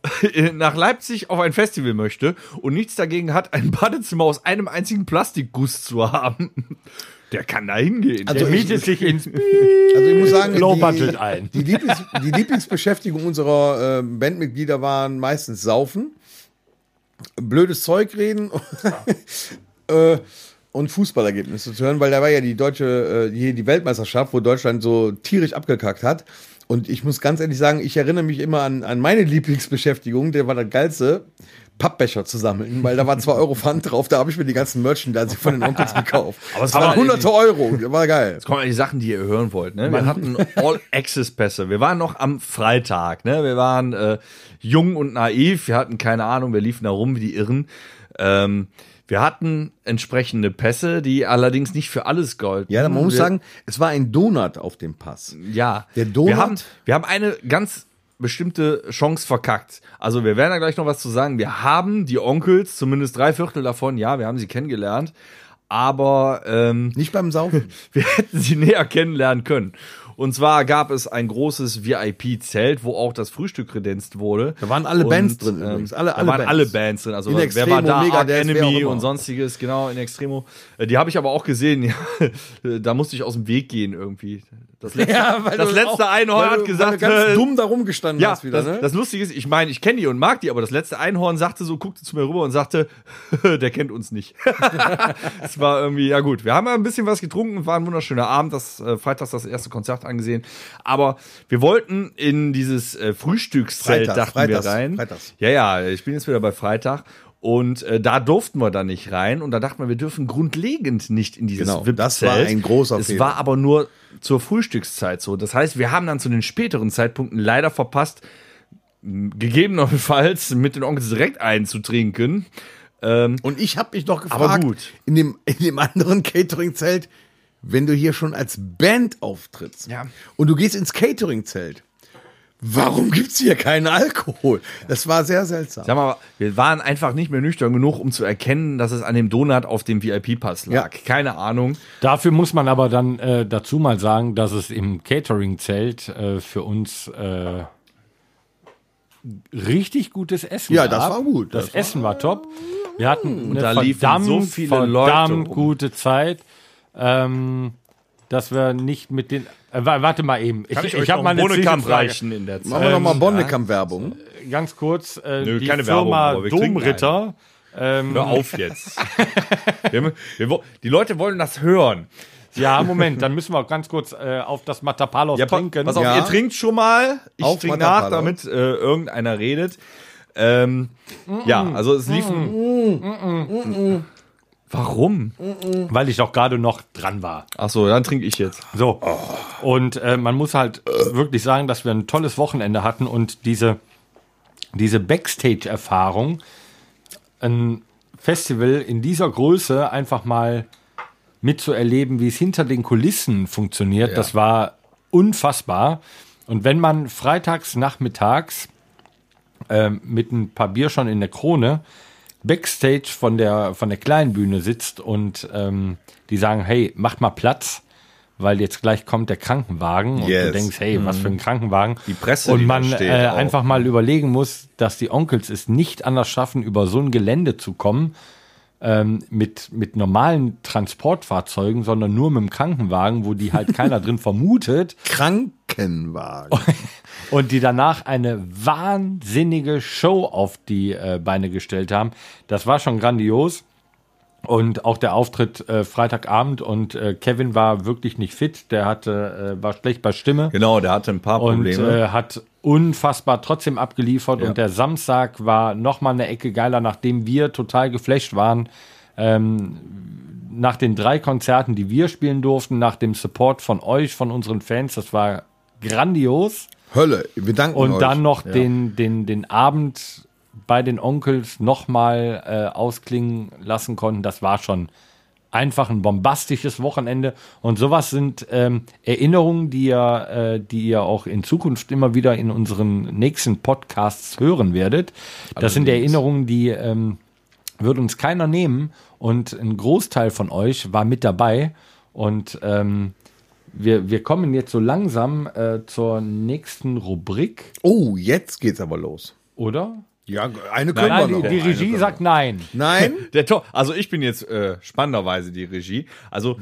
[SPEAKER 3] nach Leipzig auf ein Festival möchte und nichts dagegen hat, ein Badezimmer aus einem einzigen Plastikguss zu haben, der kann da hingehen.
[SPEAKER 5] Also
[SPEAKER 3] Der
[SPEAKER 5] ich-
[SPEAKER 4] Mietet sich ins
[SPEAKER 5] also ich muss sagen,
[SPEAKER 4] Low
[SPEAKER 5] die,
[SPEAKER 4] Budget ein.
[SPEAKER 5] die, Lieblings, die Lieblingsbeschäftigung unserer äh, Bandmitglieder waren meistens Saufen, blödes Zeug reden äh, und Fußballergebnisse zu hören, weil da war ja die deutsche, äh, hier die Weltmeisterschaft, wo Deutschland so tierisch abgekackt hat. Und ich muss ganz ehrlich sagen, ich erinnere mich immer an, an meine Lieblingsbeschäftigung, der war das geilste, Pappbecher zu sammeln, weil da war 2 Euro Pfand drauf, da habe ich mir die ganzen Merchandise von den Onkels gekauft. Aber
[SPEAKER 3] es
[SPEAKER 5] es
[SPEAKER 3] war
[SPEAKER 5] waren hunderte Euro, war geil.
[SPEAKER 3] Kommen die Sachen, die ihr hören wollt. Ne? Wir hatten All-Access-Pässe. Wir waren noch am Freitag. Ne? Wir waren äh, jung und naiv. Wir hatten keine Ahnung. Wir liefen da rum wie die Irren. Ähm, wir hatten entsprechende Pässe, die allerdings nicht für alles galten.
[SPEAKER 5] Ja, man muss
[SPEAKER 3] wir,
[SPEAKER 5] sagen, es war ein Donut auf dem Pass.
[SPEAKER 3] Ja.
[SPEAKER 5] Der Donut-
[SPEAKER 3] Wir haben, wir haben eine ganz bestimmte Chance verkackt. Also wir werden da gleich noch was zu sagen. Wir haben die Onkels, zumindest drei Viertel davon, ja, wir haben sie kennengelernt. Aber ähm,
[SPEAKER 5] Nicht beim Saufen.
[SPEAKER 3] wir hätten sie näher kennenlernen können. Und zwar gab es ein großes VIP-Zelt, wo auch das Frühstück kredenzt wurde.
[SPEAKER 5] Da waren alle
[SPEAKER 3] Und,
[SPEAKER 5] Bands drin
[SPEAKER 3] ähm,
[SPEAKER 5] übrigens, alle-
[SPEAKER 3] da
[SPEAKER 5] alle
[SPEAKER 3] waren
[SPEAKER 5] Bands.
[SPEAKER 3] alle Bands drin. Also
[SPEAKER 5] In
[SPEAKER 3] wer
[SPEAKER 5] Extremo,
[SPEAKER 3] war da? Arch
[SPEAKER 5] Megadeth, wer auch
[SPEAKER 3] Enemy
[SPEAKER 5] immer.
[SPEAKER 3] und sonstiges, genau, in Extremo. Äh, Die habe ich aber auch gesehen. Ja, Äh, da musste ich aus dem Weg gehen irgendwie. Das letzte, das letzte Einhorn Genau, hat gesagt,
[SPEAKER 5] weil du ganz
[SPEAKER 3] äh,
[SPEAKER 5] dumm darum gestanden
[SPEAKER 3] ja,
[SPEAKER 5] hast wieder,
[SPEAKER 3] das,
[SPEAKER 5] ne?
[SPEAKER 3] das Lustige ist, ich meine, ich kenne die und mag die, aber das letzte Einhorn sagte so, guckte zu mir rüber und sagte, der kennt uns nicht. Es war irgendwie, ja gut, wir haben ja ein bisschen was getrunken, war ein wunderschöner Abend, das äh, Freitags das erste Konzert angesehen, aber wir wollten in dieses äh, Frühstückszelt,
[SPEAKER 5] Freitags,
[SPEAKER 3] dachten
[SPEAKER 5] Freitags,
[SPEAKER 3] wir rein.
[SPEAKER 5] Freitags.
[SPEAKER 3] Ja, ja, ich bin jetzt wieder bei Freitag. Und äh, da durften wir dann nicht rein und da dachten wir, wir dürfen grundlegend nicht in dieses
[SPEAKER 5] Genau,
[SPEAKER 3] VIP
[SPEAKER 5] das war ein großer
[SPEAKER 3] Es
[SPEAKER 5] Fehler.
[SPEAKER 3] war aber nur zur Frühstückszeit so. Das heißt, wir haben dann zu den späteren Zeitpunkten leider verpasst, m, gegebenenfalls mit den Onkels direkt einzutrinken.
[SPEAKER 5] und ich habe mich noch gefragt,
[SPEAKER 3] Aber gut.
[SPEAKER 5] In, dem, in dem anderen Catering-Zelt, wenn du hier schon als Band auftrittst
[SPEAKER 3] Ja.
[SPEAKER 5] und du gehst ins Catering-Zelt, warum gibt's hier keinen Alkohol? Das war sehr seltsam.
[SPEAKER 3] Sag mal, wir waren einfach nicht mehr nüchtern genug, um zu erkennen, dass es an dem Donut auf dem VIP-Pass lag.
[SPEAKER 5] Ja.
[SPEAKER 3] Keine Ahnung.
[SPEAKER 4] Dafür muss man aber dann äh, dazu mal sagen, dass es im Catering-Zelt äh, für uns äh, richtig gutes Essen
[SPEAKER 5] Ja,
[SPEAKER 4] gab.
[SPEAKER 5] das war gut.
[SPEAKER 4] Das,
[SPEAKER 5] Das
[SPEAKER 4] Essen war top. Wir hatten eine
[SPEAKER 3] da liefen
[SPEAKER 4] verdammt,
[SPEAKER 3] so viele Leute
[SPEAKER 4] verdammt
[SPEAKER 3] rum.
[SPEAKER 4] gute Zeit, ähm, dass wir nicht mit den... Äh, wa- warte mal eben. Ich,
[SPEAKER 3] hab
[SPEAKER 4] hab
[SPEAKER 3] einen Bohnenkampf
[SPEAKER 4] Zwischenfrage.
[SPEAKER 3] reichen in der
[SPEAKER 5] Machen wir
[SPEAKER 3] Zeit.
[SPEAKER 5] nochmal Bonnekamp-Werbung.
[SPEAKER 4] Ganz kurz, äh,
[SPEAKER 3] Nö,
[SPEAKER 4] die
[SPEAKER 3] keine Werbung,
[SPEAKER 4] Firma
[SPEAKER 3] aber wir trinken
[SPEAKER 4] Domritter... Ähm,
[SPEAKER 3] Hör auf jetzt. wir, haben- wir, wo- die Leute wollen das hören.
[SPEAKER 4] ja, Moment, dann müssen wir auch ganz kurz äh, auf das Matapalos
[SPEAKER 3] Ja, pa-
[SPEAKER 4] trinken.
[SPEAKER 3] Pass auf,
[SPEAKER 5] Ja.
[SPEAKER 3] ihr trinkt schon mal. Ich
[SPEAKER 5] Auf
[SPEAKER 3] trinke
[SPEAKER 5] Matapalo.
[SPEAKER 3] nach, damit äh, irgendeiner redet. Ähm, Ja, also es liefen. Warum?
[SPEAKER 4] weil ich doch gerade noch dran war.
[SPEAKER 3] Achso, dann trinke ich jetzt.
[SPEAKER 4] So. Und äh, man muss halt wirklich sagen, dass wir ein tolles Wochenende hatten und diese, diese Backstage-Erfahrung, ein Festival in dieser Größe einfach mal mitzuerleben, wie es hinter den Kulissen funktioniert, das war unfassbar. Und wenn man freitags nachmittags ähm, mit ein paar Bier schon in der Krone backstage von der, von der kleinen Bühne sitzt und ähm, die sagen, hey, macht mal Platz, weil jetzt gleich kommt der Krankenwagen und du
[SPEAKER 5] Yes.
[SPEAKER 4] denkst, hey, was für ein Krankenwagen. Die
[SPEAKER 3] Presse,
[SPEAKER 4] Und
[SPEAKER 3] die da
[SPEAKER 4] man
[SPEAKER 3] steht
[SPEAKER 4] äh,
[SPEAKER 3] auch.
[SPEAKER 4] einfach mal überlegen muss, dass die Onkels es nicht anders schaffen, über so ein Gelände zu kommen, ähm, mit, mit normalen Transportfahrzeugen, sondern nur mit dem Krankenwagen, wo die halt keiner drin vermutet.
[SPEAKER 5] Krank Bolzenwagen.
[SPEAKER 4] und die danach eine wahnsinnige Show auf die äh, Beine gestellt haben. Das war schon grandios. Und auch der Auftritt äh, Freitagabend und äh, Kevin war wirklich nicht fit. Der hatte, äh, war schlecht bei Stimme
[SPEAKER 3] Genau, der hatte ein paar
[SPEAKER 4] und
[SPEAKER 3] Probleme.
[SPEAKER 4] äh, hat unfassbar trotzdem abgeliefert. Und der Samstag war nochmal eine Ecke geiler, nachdem wir total geflasht waren. Ähm, nach den drei Konzerten, die wir spielen durften, nach dem Support von euch, von unseren Fans, das war grandios.
[SPEAKER 5] Hölle, wir danken
[SPEAKER 4] Und
[SPEAKER 5] euch.
[SPEAKER 4] dann noch den, den, den Abend bei den Onkels nochmal äh, ausklingen lassen konnten. Das war schon einfach ein bombastisches Wochenende. Und sowas sind ähm, Erinnerungen, die ihr, äh, die ihr auch in Zukunft immer wieder in unseren nächsten Podcasts hören werdet. Das sind Erinnerungen, die ähm, wird uns keiner nehmen. Und ein Großteil von euch war mit dabei. Und ähm, wir, wir kommen jetzt so langsam äh, zur nächsten Rubrik.
[SPEAKER 5] oh, jetzt geht's aber los.
[SPEAKER 4] Oder?
[SPEAKER 5] Ja, eine können
[SPEAKER 4] Nein,
[SPEAKER 5] wir noch.
[SPEAKER 4] die, die Regie sagt nein.
[SPEAKER 5] Nein?
[SPEAKER 3] Der Tor, also ich bin jetzt äh, spannenderweise die Regie. Also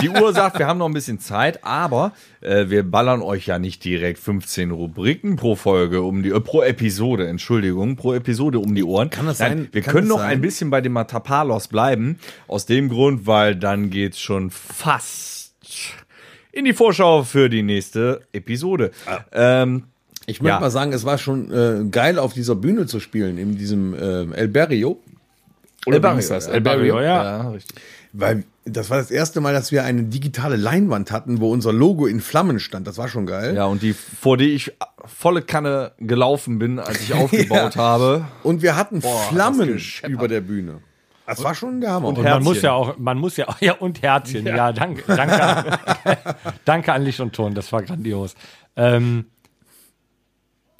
[SPEAKER 3] die Uhr sagt, wir haben noch ein bisschen Zeit, aber äh, wir ballern euch ja nicht direkt 15 Rubriken pro Folge um die äh, pro Episode, Entschuldigung, pro Episode um die Ohren. Kann
[SPEAKER 5] das sein?
[SPEAKER 3] Wir
[SPEAKER 5] Kann
[SPEAKER 3] können
[SPEAKER 5] das
[SPEAKER 3] noch
[SPEAKER 5] sein?
[SPEAKER 3] ein bisschen bei dem Matapalos bleiben. Aus dem Grund, weil dann geht's schon fast in die Vorschau für die nächste Episode. Ähm,
[SPEAKER 5] Ah. Ich möchte
[SPEAKER 3] Ja.
[SPEAKER 5] mal sagen, es war schon äh, geil, auf dieser Bühne zu spielen, in diesem äh, El Barrio.
[SPEAKER 3] El Barrio, ja.
[SPEAKER 5] El Barrio,
[SPEAKER 4] ja.
[SPEAKER 5] Weil das war das erste Mal, dass wir eine digitale Leinwand hatten, wo unser Logo in Flammen stand. Das war schon geil.
[SPEAKER 3] ja, und die, vor die ich volle Kanne gelaufen bin, als ich aufgebaut habe.
[SPEAKER 5] Und wir hatten
[SPEAKER 3] das
[SPEAKER 5] Flammen
[SPEAKER 3] gescheppert.
[SPEAKER 5] über der Bühne. Das war schon der Hammer.
[SPEAKER 4] Und man muss ja auch, man muss ja, ja, und Herzchen, ja, danke, danke, an, danke an Licht und Ton, das war grandios. Ähm,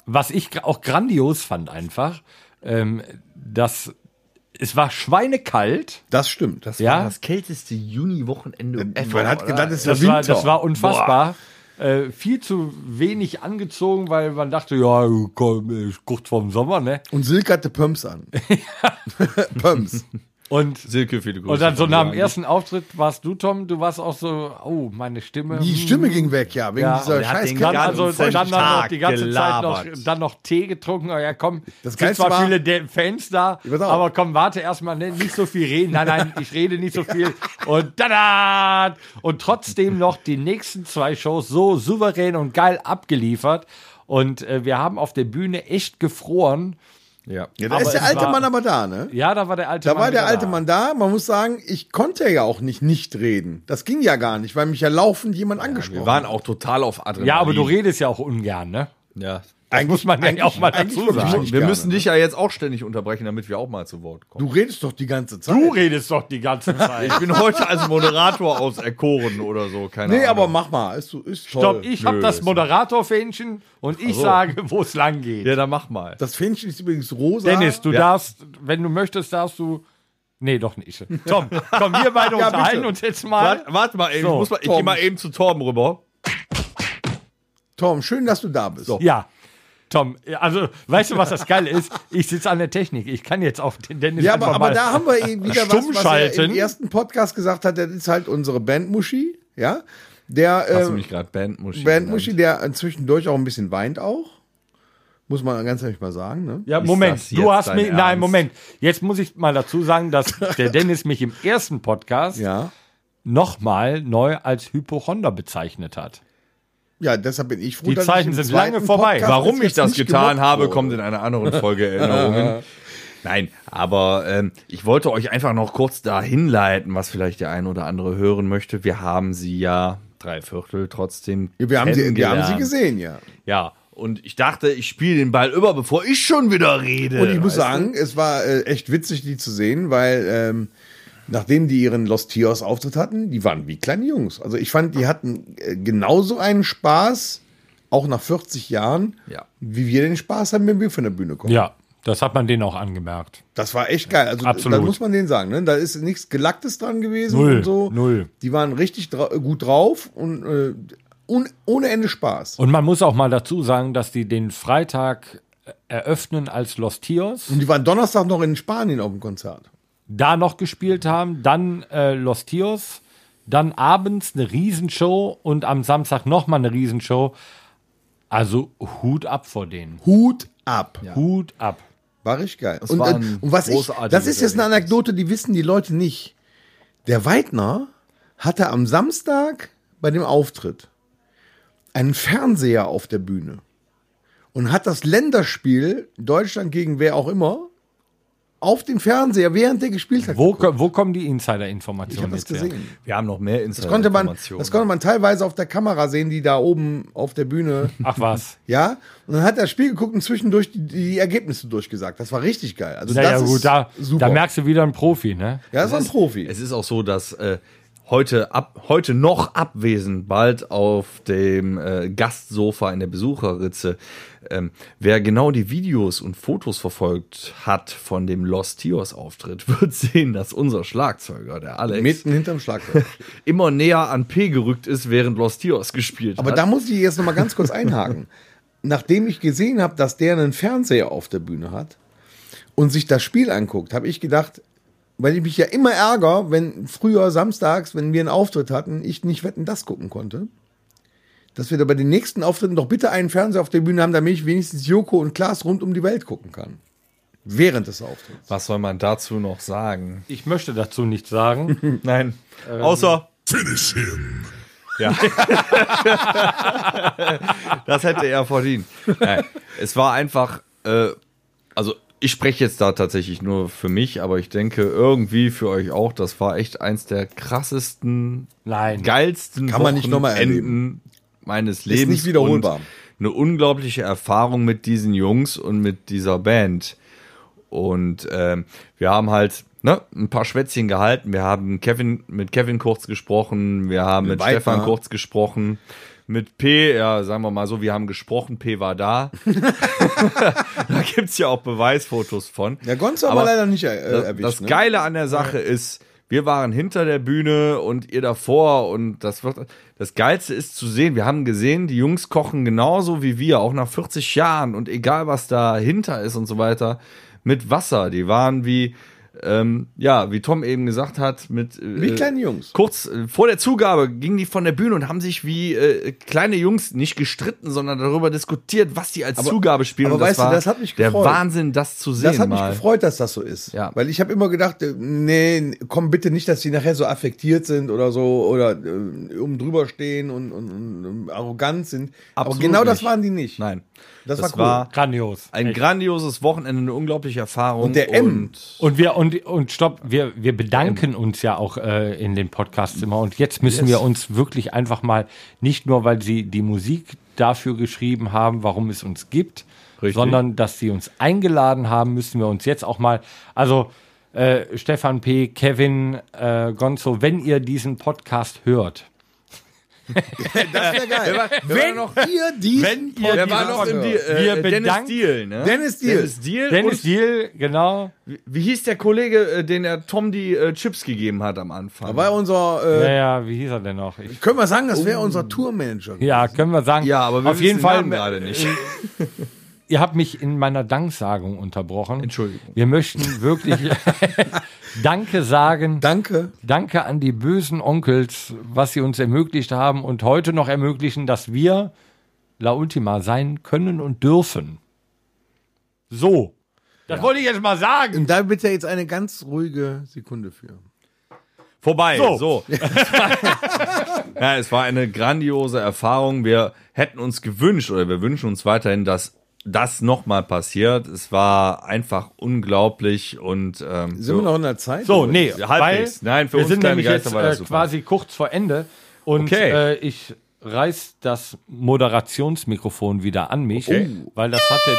[SPEAKER 4] was ich gra- auch grandios fand einfach, ähm, dass es war schweinekalt,
[SPEAKER 5] das stimmt. Das
[SPEAKER 4] ja,
[SPEAKER 3] Das kälteste Juni-Wochenende im
[SPEAKER 5] man Äh, hat gedacht, es ist der
[SPEAKER 4] das
[SPEAKER 5] Winter.
[SPEAKER 4] war, das war unfassbar. Äh, viel zu wenig angezogen, weil man dachte, ja, komm, äh, kurz vorm Sommer, ne?
[SPEAKER 5] Und Silke hatte Pumps an. Pumps.
[SPEAKER 4] Und
[SPEAKER 3] Silke, viele Grüße.
[SPEAKER 4] Und dann so
[SPEAKER 3] von
[SPEAKER 4] nach
[SPEAKER 3] mir
[SPEAKER 4] dem ersten Auftritt warst du, Tom, du warst auch so, oh, meine Stimme.
[SPEAKER 5] Die
[SPEAKER 4] hm.
[SPEAKER 5] Stimme ging weg, ja, wegen
[SPEAKER 4] Ja,
[SPEAKER 5] dieser
[SPEAKER 4] der
[SPEAKER 3] hat
[SPEAKER 5] scheiß
[SPEAKER 3] den
[SPEAKER 4] Dann,
[SPEAKER 5] Kacke.
[SPEAKER 4] also,
[SPEAKER 3] ganzen
[SPEAKER 4] dann, dann noch
[SPEAKER 3] Tag
[SPEAKER 4] die ganze Zeit noch,
[SPEAKER 3] gelabert.
[SPEAKER 4] dann noch Tee getrunken. Oh, ja, komm,
[SPEAKER 5] Das
[SPEAKER 4] das sind
[SPEAKER 5] Geilste
[SPEAKER 4] zwar
[SPEAKER 5] war-
[SPEAKER 4] viele De- Fans da,
[SPEAKER 5] Pass auf.
[SPEAKER 4] aber komm, warte erstmal, ne, nicht so viel reden. Nein, nein, ich rede nicht so viel. Und tada! Und trotzdem noch die nächsten zwei Shows so souverän und geil abgeliefert. Und äh, wir haben auf der Bühne echt gefroren.
[SPEAKER 3] Ja.
[SPEAKER 5] Ja, da ist
[SPEAKER 4] Aber
[SPEAKER 5] der
[SPEAKER 4] es
[SPEAKER 5] alte
[SPEAKER 4] war-
[SPEAKER 5] Mann aber da, ne?
[SPEAKER 4] Ja, da war der alte
[SPEAKER 5] Da
[SPEAKER 4] Mann.
[SPEAKER 5] war der
[SPEAKER 4] wieder
[SPEAKER 5] alte
[SPEAKER 4] da.
[SPEAKER 5] Mann da. Man muss sagen, ich konnte ja auch nicht nicht reden. Das ging ja gar nicht, weil mich ja laufend jemand angesprochen
[SPEAKER 3] Wir
[SPEAKER 5] hat.
[SPEAKER 3] waren auch total auf Adrenalin.
[SPEAKER 4] Ja, aber du redest ja auch ungern, ne?
[SPEAKER 3] Ja. Also,
[SPEAKER 5] Eigentlich
[SPEAKER 4] muss man ja auch mal
[SPEAKER 5] eigentlich
[SPEAKER 4] dazu
[SPEAKER 5] würde ich ne?
[SPEAKER 4] sagen.
[SPEAKER 5] nicht
[SPEAKER 3] Wir
[SPEAKER 5] gerne.
[SPEAKER 3] müssen dich ja jetzt auch ständig unterbrechen, damit wir auch mal zu Wort kommen.
[SPEAKER 5] Du redest doch die ganze Zeit.
[SPEAKER 4] Du redest doch die ganze Zeit.
[SPEAKER 3] Ich bin heute als Moderator auserkoren oder so, keine
[SPEAKER 5] nee, aber
[SPEAKER 3] Ahnung.
[SPEAKER 5] mach mal. Ist, ist toll.
[SPEAKER 4] Stopp, ich habe
[SPEAKER 3] Nö,
[SPEAKER 4] das
[SPEAKER 3] ist-
[SPEAKER 4] Moderatorfähnchen und ich sage, wo es lang geht.
[SPEAKER 3] Ja, dann mach mal.
[SPEAKER 5] Das Fähnchen ist übrigens rosa.
[SPEAKER 4] Dennis, du
[SPEAKER 3] Ja.
[SPEAKER 4] darfst, wenn du möchtest, darfst du. Nee, doch nicht. Tom, komm, wir beide
[SPEAKER 5] Ja,
[SPEAKER 4] unterhalten
[SPEAKER 5] bitte.
[SPEAKER 4] uns jetzt
[SPEAKER 3] Warte,
[SPEAKER 4] mal.
[SPEAKER 3] warte mal eben,
[SPEAKER 4] So,
[SPEAKER 3] ich, muss mal, ich
[SPEAKER 5] Torben.
[SPEAKER 3] geh mal eben zu Torben rüber.
[SPEAKER 5] Tom, schön, dass du da bist.
[SPEAKER 4] Ja. Tom, also, weißt du, was das Geile ist? Ich sitze an der Technik. Ich kann jetzt auf den Dennis
[SPEAKER 5] Ja,
[SPEAKER 4] einfach
[SPEAKER 5] aber, aber
[SPEAKER 4] mal.
[SPEAKER 5] da haben wir eben wieder was, was er im
[SPEAKER 4] Stummschalten.
[SPEAKER 5] ersten Podcast gesagt hat. Das ist halt unsere Bandmuschi, ja. Der
[SPEAKER 3] Hast du
[SPEAKER 5] äh,
[SPEAKER 3] mich gerade Bandmuschi
[SPEAKER 5] Bandmuschi,
[SPEAKER 3] genannt?
[SPEAKER 5] der zwischendurch auch ein bisschen weint auch. Muss man ganz ehrlich mal sagen, ne?
[SPEAKER 4] ja,
[SPEAKER 3] Ist
[SPEAKER 4] Moment,
[SPEAKER 3] das jetzt
[SPEAKER 4] du hast
[SPEAKER 3] dein
[SPEAKER 4] mich. Nein,
[SPEAKER 3] Ernst?
[SPEAKER 4] Moment. Jetzt muss ich mal dazu sagen, dass der Dennis mich im ersten Podcast
[SPEAKER 5] Ja.
[SPEAKER 4] nochmal neu als Hypochonder bezeichnet hat.
[SPEAKER 5] Ja, deshalb bin ich froh,
[SPEAKER 4] Die
[SPEAKER 5] dass
[SPEAKER 4] Zeiten
[SPEAKER 5] ich im
[SPEAKER 4] sind lange
[SPEAKER 5] zweiten
[SPEAKER 4] vorbei.
[SPEAKER 5] Podcast
[SPEAKER 4] Warum
[SPEAKER 3] Warum
[SPEAKER 5] jetzt
[SPEAKER 3] ich das
[SPEAKER 5] nicht
[SPEAKER 3] getan
[SPEAKER 5] gemobbt
[SPEAKER 3] habe,
[SPEAKER 5] wurde.
[SPEAKER 3] kommt in einer anderen Folge Erinnerungen. Nein, aber ähm, ich wollte euch einfach noch kurz dahin leiten, was vielleicht der ein oder andere hören möchte. Wir haben sie ja drei Viertel trotzdem.
[SPEAKER 5] Wir haben, sie, wir haben sie
[SPEAKER 3] kennengelernt.
[SPEAKER 5] gesehen, ja.
[SPEAKER 3] Ja, und ich dachte, ich spiele den Ball über, bevor ich schon wieder rede.
[SPEAKER 5] Und ich muss
[SPEAKER 3] Weißt
[SPEAKER 5] sagen, es war äh, echt witzig, die zu sehen, weil ähm, nachdem die ihren Los Tios Auftritt hatten, die waren wie kleine Jungs. Also ich fand, die hatten äh, genauso einen Spaß, auch nach 40 Jahren,
[SPEAKER 3] Ja.
[SPEAKER 5] wie wir den Spaß haben, wenn wir von der Bühne kommen.
[SPEAKER 4] Ja, das hat man denen auch angemerkt.
[SPEAKER 5] Das war echt geil. Also
[SPEAKER 4] Absolut.
[SPEAKER 5] da muss man denen sagen, ne? da ist nichts Gelacktes dran gewesen
[SPEAKER 4] Null,
[SPEAKER 5] und so.
[SPEAKER 4] null.
[SPEAKER 5] Die waren richtig dra gut drauf und äh, un ohne Ende Spaß.
[SPEAKER 4] Und man muss auch mal dazu sagen, dass die den Freitag äh, eröffnen als Los Tios,
[SPEAKER 5] Und die waren Donnerstag noch in Spanien auf dem Konzert.
[SPEAKER 4] da noch gespielt haben, dann äh, Los Tios, dann abends eine Riesenshow und am Samstag nochmal eine Riesenshow. Also Hut ab vor denen.
[SPEAKER 5] Hut ab.
[SPEAKER 4] Hut ab.
[SPEAKER 5] War richtig geil. Und,
[SPEAKER 3] war
[SPEAKER 5] äh,
[SPEAKER 3] ein
[SPEAKER 5] und was ich,
[SPEAKER 3] großartiges
[SPEAKER 5] das ist jetzt eine
[SPEAKER 3] Erlebnis.
[SPEAKER 5] Anekdote, die wissen die Leute nicht. Der Weidner hatte am Samstag bei dem Auftritt einen Fernseher auf der Bühne und hat das Länderspiel Deutschland gegen wer auch immer auf dem Fernseher, während der gespielt hat.
[SPEAKER 4] Wo,
[SPEAKER 5] geguckt.
[SPEAKER 4] ko- wo kommen die
[SPEAKER 5] ich
[SPEAKER 4] Insider-Informationen
[SPEAKER 5] habe das
[SPEAKER 4] jetzt her? Äh,
[SPEAKER 5] gesehen.
[SPEAKER 3] Wir haben noch mehr
[SPEAKER 5] Das konnte, man, das konnte man teilweise auf der Kamera sehen, die da oben auf der Bühne,
[SPEAKER 4] Ach was.
[SPEAKER 5] ja. Und dann hat er das Spiel geguckt und zwischendurch die, die Ergebnisse durchgesagt. Das war richtig geil. Also
[SPEAKER 4] Na
[SPEAKER 5] das
[SPEAKER 4] ja,
[SPEAKER 5] ist
[SPEAKER 4] gut, da,
[SPEAKER 5] super.
[SPEAKER 4] da merkst du wieder einen Profi, ne?
[SPEAKER 5] Ja, das war ein Profi.
[SPEAKER 3] Es ist auch so, dass äh, heute, ab, heute noch abwesend, bald auf dem äh, Gastsofa in der Besucherritze, ähm, wer genau die Videos und Fotos verfolgt hat von dem Los Tios-Auftritt, wird sehen, dass unser Schlagzeuger, der Alex,
[SPEAKER 5] Mitten hinterm Schlagzeug.
[SPEAKER 3] immer näher an P gerückt ist, während Los Tios gespielt
[SPEAKER 5] Aber
[SPEAKER 3] hat.
[SPEAKER 5] da muss ich jetzt noch mal ganz kurz einhaken. Nachdem ich gesehen habe, dass der einen Fernseher auf der Bühne hat und sich das Spiel anguckt, habe ich gedacht, weil ich mich ja immer ärgere, wenn früher samstags, wenn wir einen Auftritt hatten, ich nicht wetten das gucken konnte, dass wir da bei den nächsten Auftritten doch bitte einen Fernseher auf der Bühne haben, damit ich wenigstens Joko und Klaas rund um die Welt gucken kann. Während des Auftritts.
[SPEAKER 3] Was soll man dazu noch sagen?
[SPEAKER 4] Ich möchte dazu nichts sagen.
[SPEAKER 3] Nein, außer
[SPEAKER 1] Finish him.
[SPEAKER 3] Ja. das hätte er verdient. Nein, es war einfach, äh, also ich spreche jetzt da tatsächlich nur für mich, aber ich denke irgendwie für euch auch, das war echt eins der krassesten,
[SPEAKER 4] Nein.
[SPEAKER 3] geilsten
[SPEAKER 5] Kann man nicht noch mal
[SPEAKER 3] Wochenenden
[SPEAKER 5] erleben.
[SPEAKER 3] meines Lebens.
[SPEAKER 5] nicht wiederholbar.
[SPEAKER 3] Und eine unglaubliche Erfahrung mit diesen Jungs und mit dieser Band. Und ähm, wir haben halt ne, ein paar Schwätzchen gehalten. Wir haben Kevin, mit Kevin kurz gesprochen. Wir haben mit,
[SPEAKER 5] Weidner.
[SPEAKER 3] Stefan kurz gesprochen. Mit P, ja, sagen wir mal so, wir haben gesprochen, P war da. da gibt es ja auch Beweisfotos von.
[SPEAKER 5] Ja, Gonzo haben wir leider nicht äh,
[SPEAKER 3] das,
[SPEAKER 5] erwischt.
[SPEAKER 3] Das
[SPEAKER 5] ne?
[SPEAKER 3] Geile an der Sache ist, wir waren hinter der Bühne und ihr davor und das wird, das Geilste ist zu sehen, wir haben gesehen, die Jungs kochen genauso wie wir, auch nach 40 Jahren und egal was dahinter ist und so weiter, mit Wasser. Die waren wie, ähm, ja, wie Tom eben gesagt hat, mit. äh,
[SPEAKER 5] Wie kleine Jungs.
[SPEAKER 3] Kurz äh, vor der Zugabe gingen die von der Bühne und haben sich wie äh, kleine Jungs nicht gestritten, sondern darüber diskutiert, was die als Zugabe spielen.
[SPEAKER 5] aber
[SPEAKER 3] und das
[SPEAKER 5] weißt du,
[SPEAKER 3] war
[SPEAKER 5] das hat mich
[SPEAKER 3] der
[SPEAKER 5] gefreut.
[SPEAKER 3] Wahnsinn, das zu sehen.
[SPEAKER 5] Das hat mich
[SPEAKER 3] mal.
[SPEAKER 5] gefreut, dass das so ist.
[SPEAKER 3] Ja.
[SPEAKER 5] Weil ich habe immer gedacht, äh, nee, komm bitte nicht, dass die nachher so affektiert sind oder so oder äh, oben drüber stehen und, und, und, ähm, arrogant sind.
[SPEAKER 3] Absolut
[SPEAKER 5] Aber genau das
[SPEAKER 3] nicht.
[SPEAKER 5] waren die nicht.
[SPEAKER 3] Nein.
[SPEAKER 5] Das war cool.
[SPEAKER 4] Grandios.
[SPEAKER 3] ein grandioses Wochenende, eine unglaubliche Erfahrung.
[SPEAKER 5] Und der M.
[SPEAKER 3] Und
[SPEAKER 4] Und wir und und stopp, wir wir
[SPEAKER 3] Ähm.
[SPEAKER 4] bedanken uns ja auch äh, in den Podcasts immer und jetzt müssen wir uns wirklich einfach mal nicht nur, weil sie die Musik dafür geschrieben haben, warum es uns gibt,
[SPEAKER 3] Richtig.
[SPEAKER 4] sondern dass sie uns eingeladen haben, müssen wir uns jetzt auch mal also äh, Stefan P, Kevin, äh, Gonzo, wenn ihr diesen Podcast hört,
[SPEAKER 5] Das wäre geil.
[SPEAKER 3] wenn, noch,
[SPEAKER 5] ihr dies
[SPEAKER 4] wenn ihr
[SPEAKER 3] wer
[SPEAKER 4] die
[SPEAKER 3] war noch
[SPEAKER 4] Folge
[SPEAKER 3] im Deal?
[SPEAKER 4] hört.
[SPEAKER 3] Äh,
[SPEAKER 4] Wir
[SPEAKER 3] Dennis
[SPEAKER 4] bedanken-
[SPEAKER 3] Deal, ne?
[SPEAKER 5] Dennis Deal.
[SPEAKER 3] Dennis Deal.
[SPEAKER 4] Dennis
[SPEAKER 3] Dennis Deal.
[SPEAKER 4] Deal, genau.
[SPEAKER 3] Wie hieß der Kollege, äh, den der Tom die äh, Chips gegeben hat am Anfang?
[SPEAKER 5] war unser, äh,
[SPEAKER 4] Naja, wie hieß er denn noch? Ich,
[SPEAKER 5] können wir sagen, das wäre unser Tourmanager.
[SPEAKER 4] ja, können wir sagen.
[SPEAKER 3] ja, aber wir
[SPEAKER 4] auf
[SPEAKER 3] wissen
[SPEAKER 4] jeden
[SPEAKER 3] den
[SPEAKER 4] Fall äh,
[SPEAKER 3] Namen gerade nicht.
[SPEAKER 4] Ihr habt mich in meiner Danksagung unterbrochen.
[SPEAKER 3] Entschuldigung.
[SPEAKER 4] Wir möchten wirklich Danke sagen.
[SPEAKER 5] Danke.
[SPEAKER 4] Danke an die bösen Onkels, was sie uns ermöglicht haben und heute noch ermöglichen, dass wir La Ultima sein können und dürfen. So. Das wollte ich jetzt mal sagen.
[SPEAKER 5] Und da bitte jetzt eine ganz ruhige Sekunde für.
[SPEAKER 3] Vorbei. So.
[SPEAKER 4] So.
[SPEAKER 3] ja, es war eine grandiose Erfahrung. Wir hätten uns gewünscht oder wir wünschen uns weiterhin, dass das nochmal passiert. Es war einfach unglaublich und ähm,
[SPEAKER 5] Sind wir noch in der Zeit?
[SPEAKER 4] So, Oh, nee,
[SPEAKER 3] halbwegs.
[SPEAKER 4] weil
[SPEAKER 3] Nein, für
[SPEAKER 4] wir
[SPEAKER 3] uns
[SPEAKER 4] sind
[SPEAKER 3] kleine
[SPEAKER 4] nämlich
[SPEAKER 3] Geister
[SPEAKER 4] jetzt
[SPEAKER 3] war das
[SPEAKER 4] äh,
[SPEAKER 3] super.
[SPEAKER 4] quasi kurz vor Ende und
[SPEAKER 3] Okay.
[SPEAKER 4] äh, ich reiß das Moderationsmikrofon wieder an mich, weil das hatte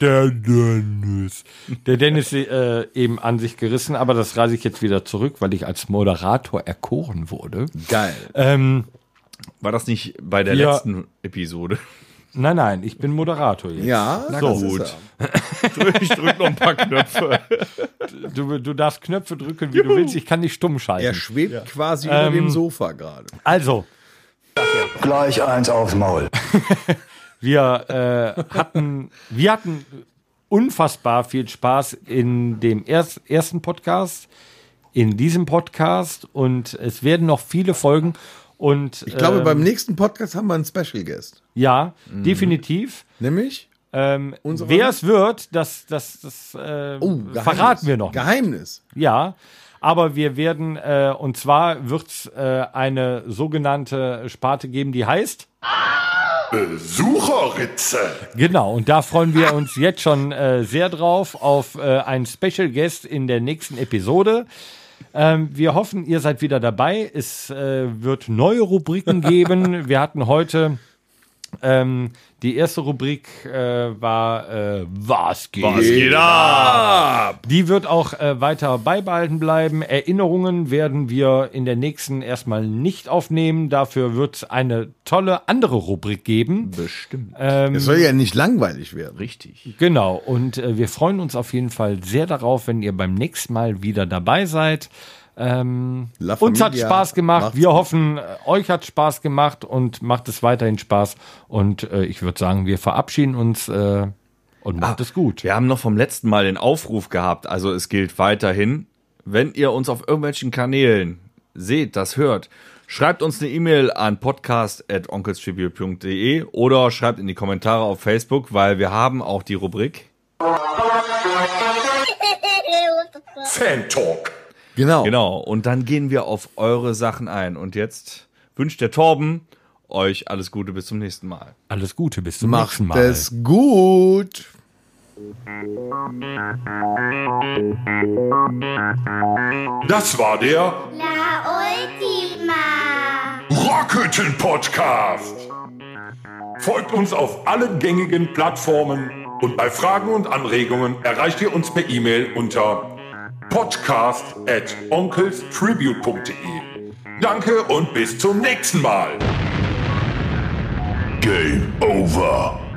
[SPEAKER 4] der Dennis, der Dennis äh, eben an sich gerissen, aber das reiße ich jetzt wieder zurück, weil ich als Moderator erkoren wurde.
[SPEAKER 5] Geil.
[SPEAKER 4] Ähm,
[SPEAKER 3] war das nicht bei der
[SPEAKER 4] Ja.
[SPEAKER 3] letzten Episode?
[SPEAKER 4] nein, nein, ich bin Moderator jetzt.
[SPEAKER 5] Ja,
[SPEAKER 4] So
[SPEAKER 5] das ist
[SPEAKER 4] gut.
[SPEAKER 5] er.
[SPEAKER 3] ich drück noch ein paar Knöpfe.
[SPEAKER 4] Du, du darfst Knöpfe drücken, wie du willst. Ich kann dich stumm schalten.
[SPEAKER 5] Er schwebt quasi über dem Sofa gerade.
[SPEAKER 4] also,
[SPEAKER 7] Gleich eins aufs Maul.
[SPEAKER 4] Wir äh, hatten, wir hatten unfassbar viel Spaß in dem erst, ersten Podcast, in diesem Podcast und es werden noch viele Folgen. Und ähm,
[SPEAKER 5] Ich glaube, beim nächsten Podcast haben wir einen Special Guest.
[SPEAKER 4] ja, definitiv.
[SPEAKER 5] Nämlich?
[SPEAKER 4] Ähm,
[SPEAKER 5] Unsere-
[SPEAKER 4] Wer es wird, das, das, das äh,
[SPEAKER 5] Oh, Geheimnis.
[SPEAKER 4] verraten wir noch.
[SPEAKER 5] Geheimnis.
[SPEAKER 4] Ja, aber wir werden, äh, und zwar wird es äh, eine sogenannte Sparte geben, die heißt.
[SPEAKER 1] Besucherritze.
[SPEAKER 4] Genau, und da freuen wir uns jetzt schon äh, sehr drauf auf äh, einen Special Guest in der nächsten Episode. Ähm, wir hoffen, ihr seid wieder dabei. Es äh, wird neue Rubriken geben. Wir hatten heute. Ähm, die erste Rubrik äh, war äh, Was geht? Die wird auch äh, weiter beibehalten bleiben. Erinnerungen werden wir in der nächsten erstmal nicht aufnehmen. Dafür wird es eine tolle andere Rubrik geben.
[SPEAKER 3] Bestimmt.
[SPEAKER 4] Ähm,
[SPEAKER 5] Es soll ja nicht langweilig werden.
[SPEAKER 3] Richtig.
[SPEAKER 4] Genau, und äh, wir freuen uns auf jeden Fall sehr darauf, wenn ihr beim nächsten Mal wieder dabei seid. Ähm,
[SPEAKER 5] La
[SPEAKER 4] uns hat
[SPEAKER 5] Familia
[SPEAKER 4] Spaß gemacht.
[SPEAKER 5] macht's
[SPEAKER 4] Wir hoffen, äh, euch hat Spaß gemacht und macht es weiterhin Spaß. Und äh, ich würde sagen, wir verabschieden uns äh, und
[SPEAKER 5] Ah,
[SPEAKER 4] macht es gut.
[SPEAKER 3] Wir haben noch vom letzten Mal den Aufruf gehabt, also es gilt weiterhin, wenn ihr uns auf irgendwelchen Kanälen seht, das hört, schreibt uns eine E-Mail an podcast.onkelstribute.de oder schreibt in die Kommentare auf Facebook, weil wir haben auch die Rubrik.
[SPEAKER 1] Fan Talk.
[SPEAKER 5] Genau.
[SPEAKER 3] Genau, und dann gehen wir auf eure Sachen ein. Und jetzt wünscht der Torben euch alles Gute, bis zum nächsten Mal.
[SPEAKER 4] Alles Gute, bis zum
[SPEAKER 5] Macht
[SPEAKER 4] nächsten Mal.
[SPEAKER 5] es gut.
[SPEAKER 1] Das war der
[SPEAKER 2] La última.
[SPEAKER 1] Rockhütten Podcast. Folgt uns auf allen gängigen Plattformen und bei Fragen und Anregungen erreicht ihr uns per E-Mail unter podcast at onkelstribute.de. Danke und bis zum nächsten Mal. Game over.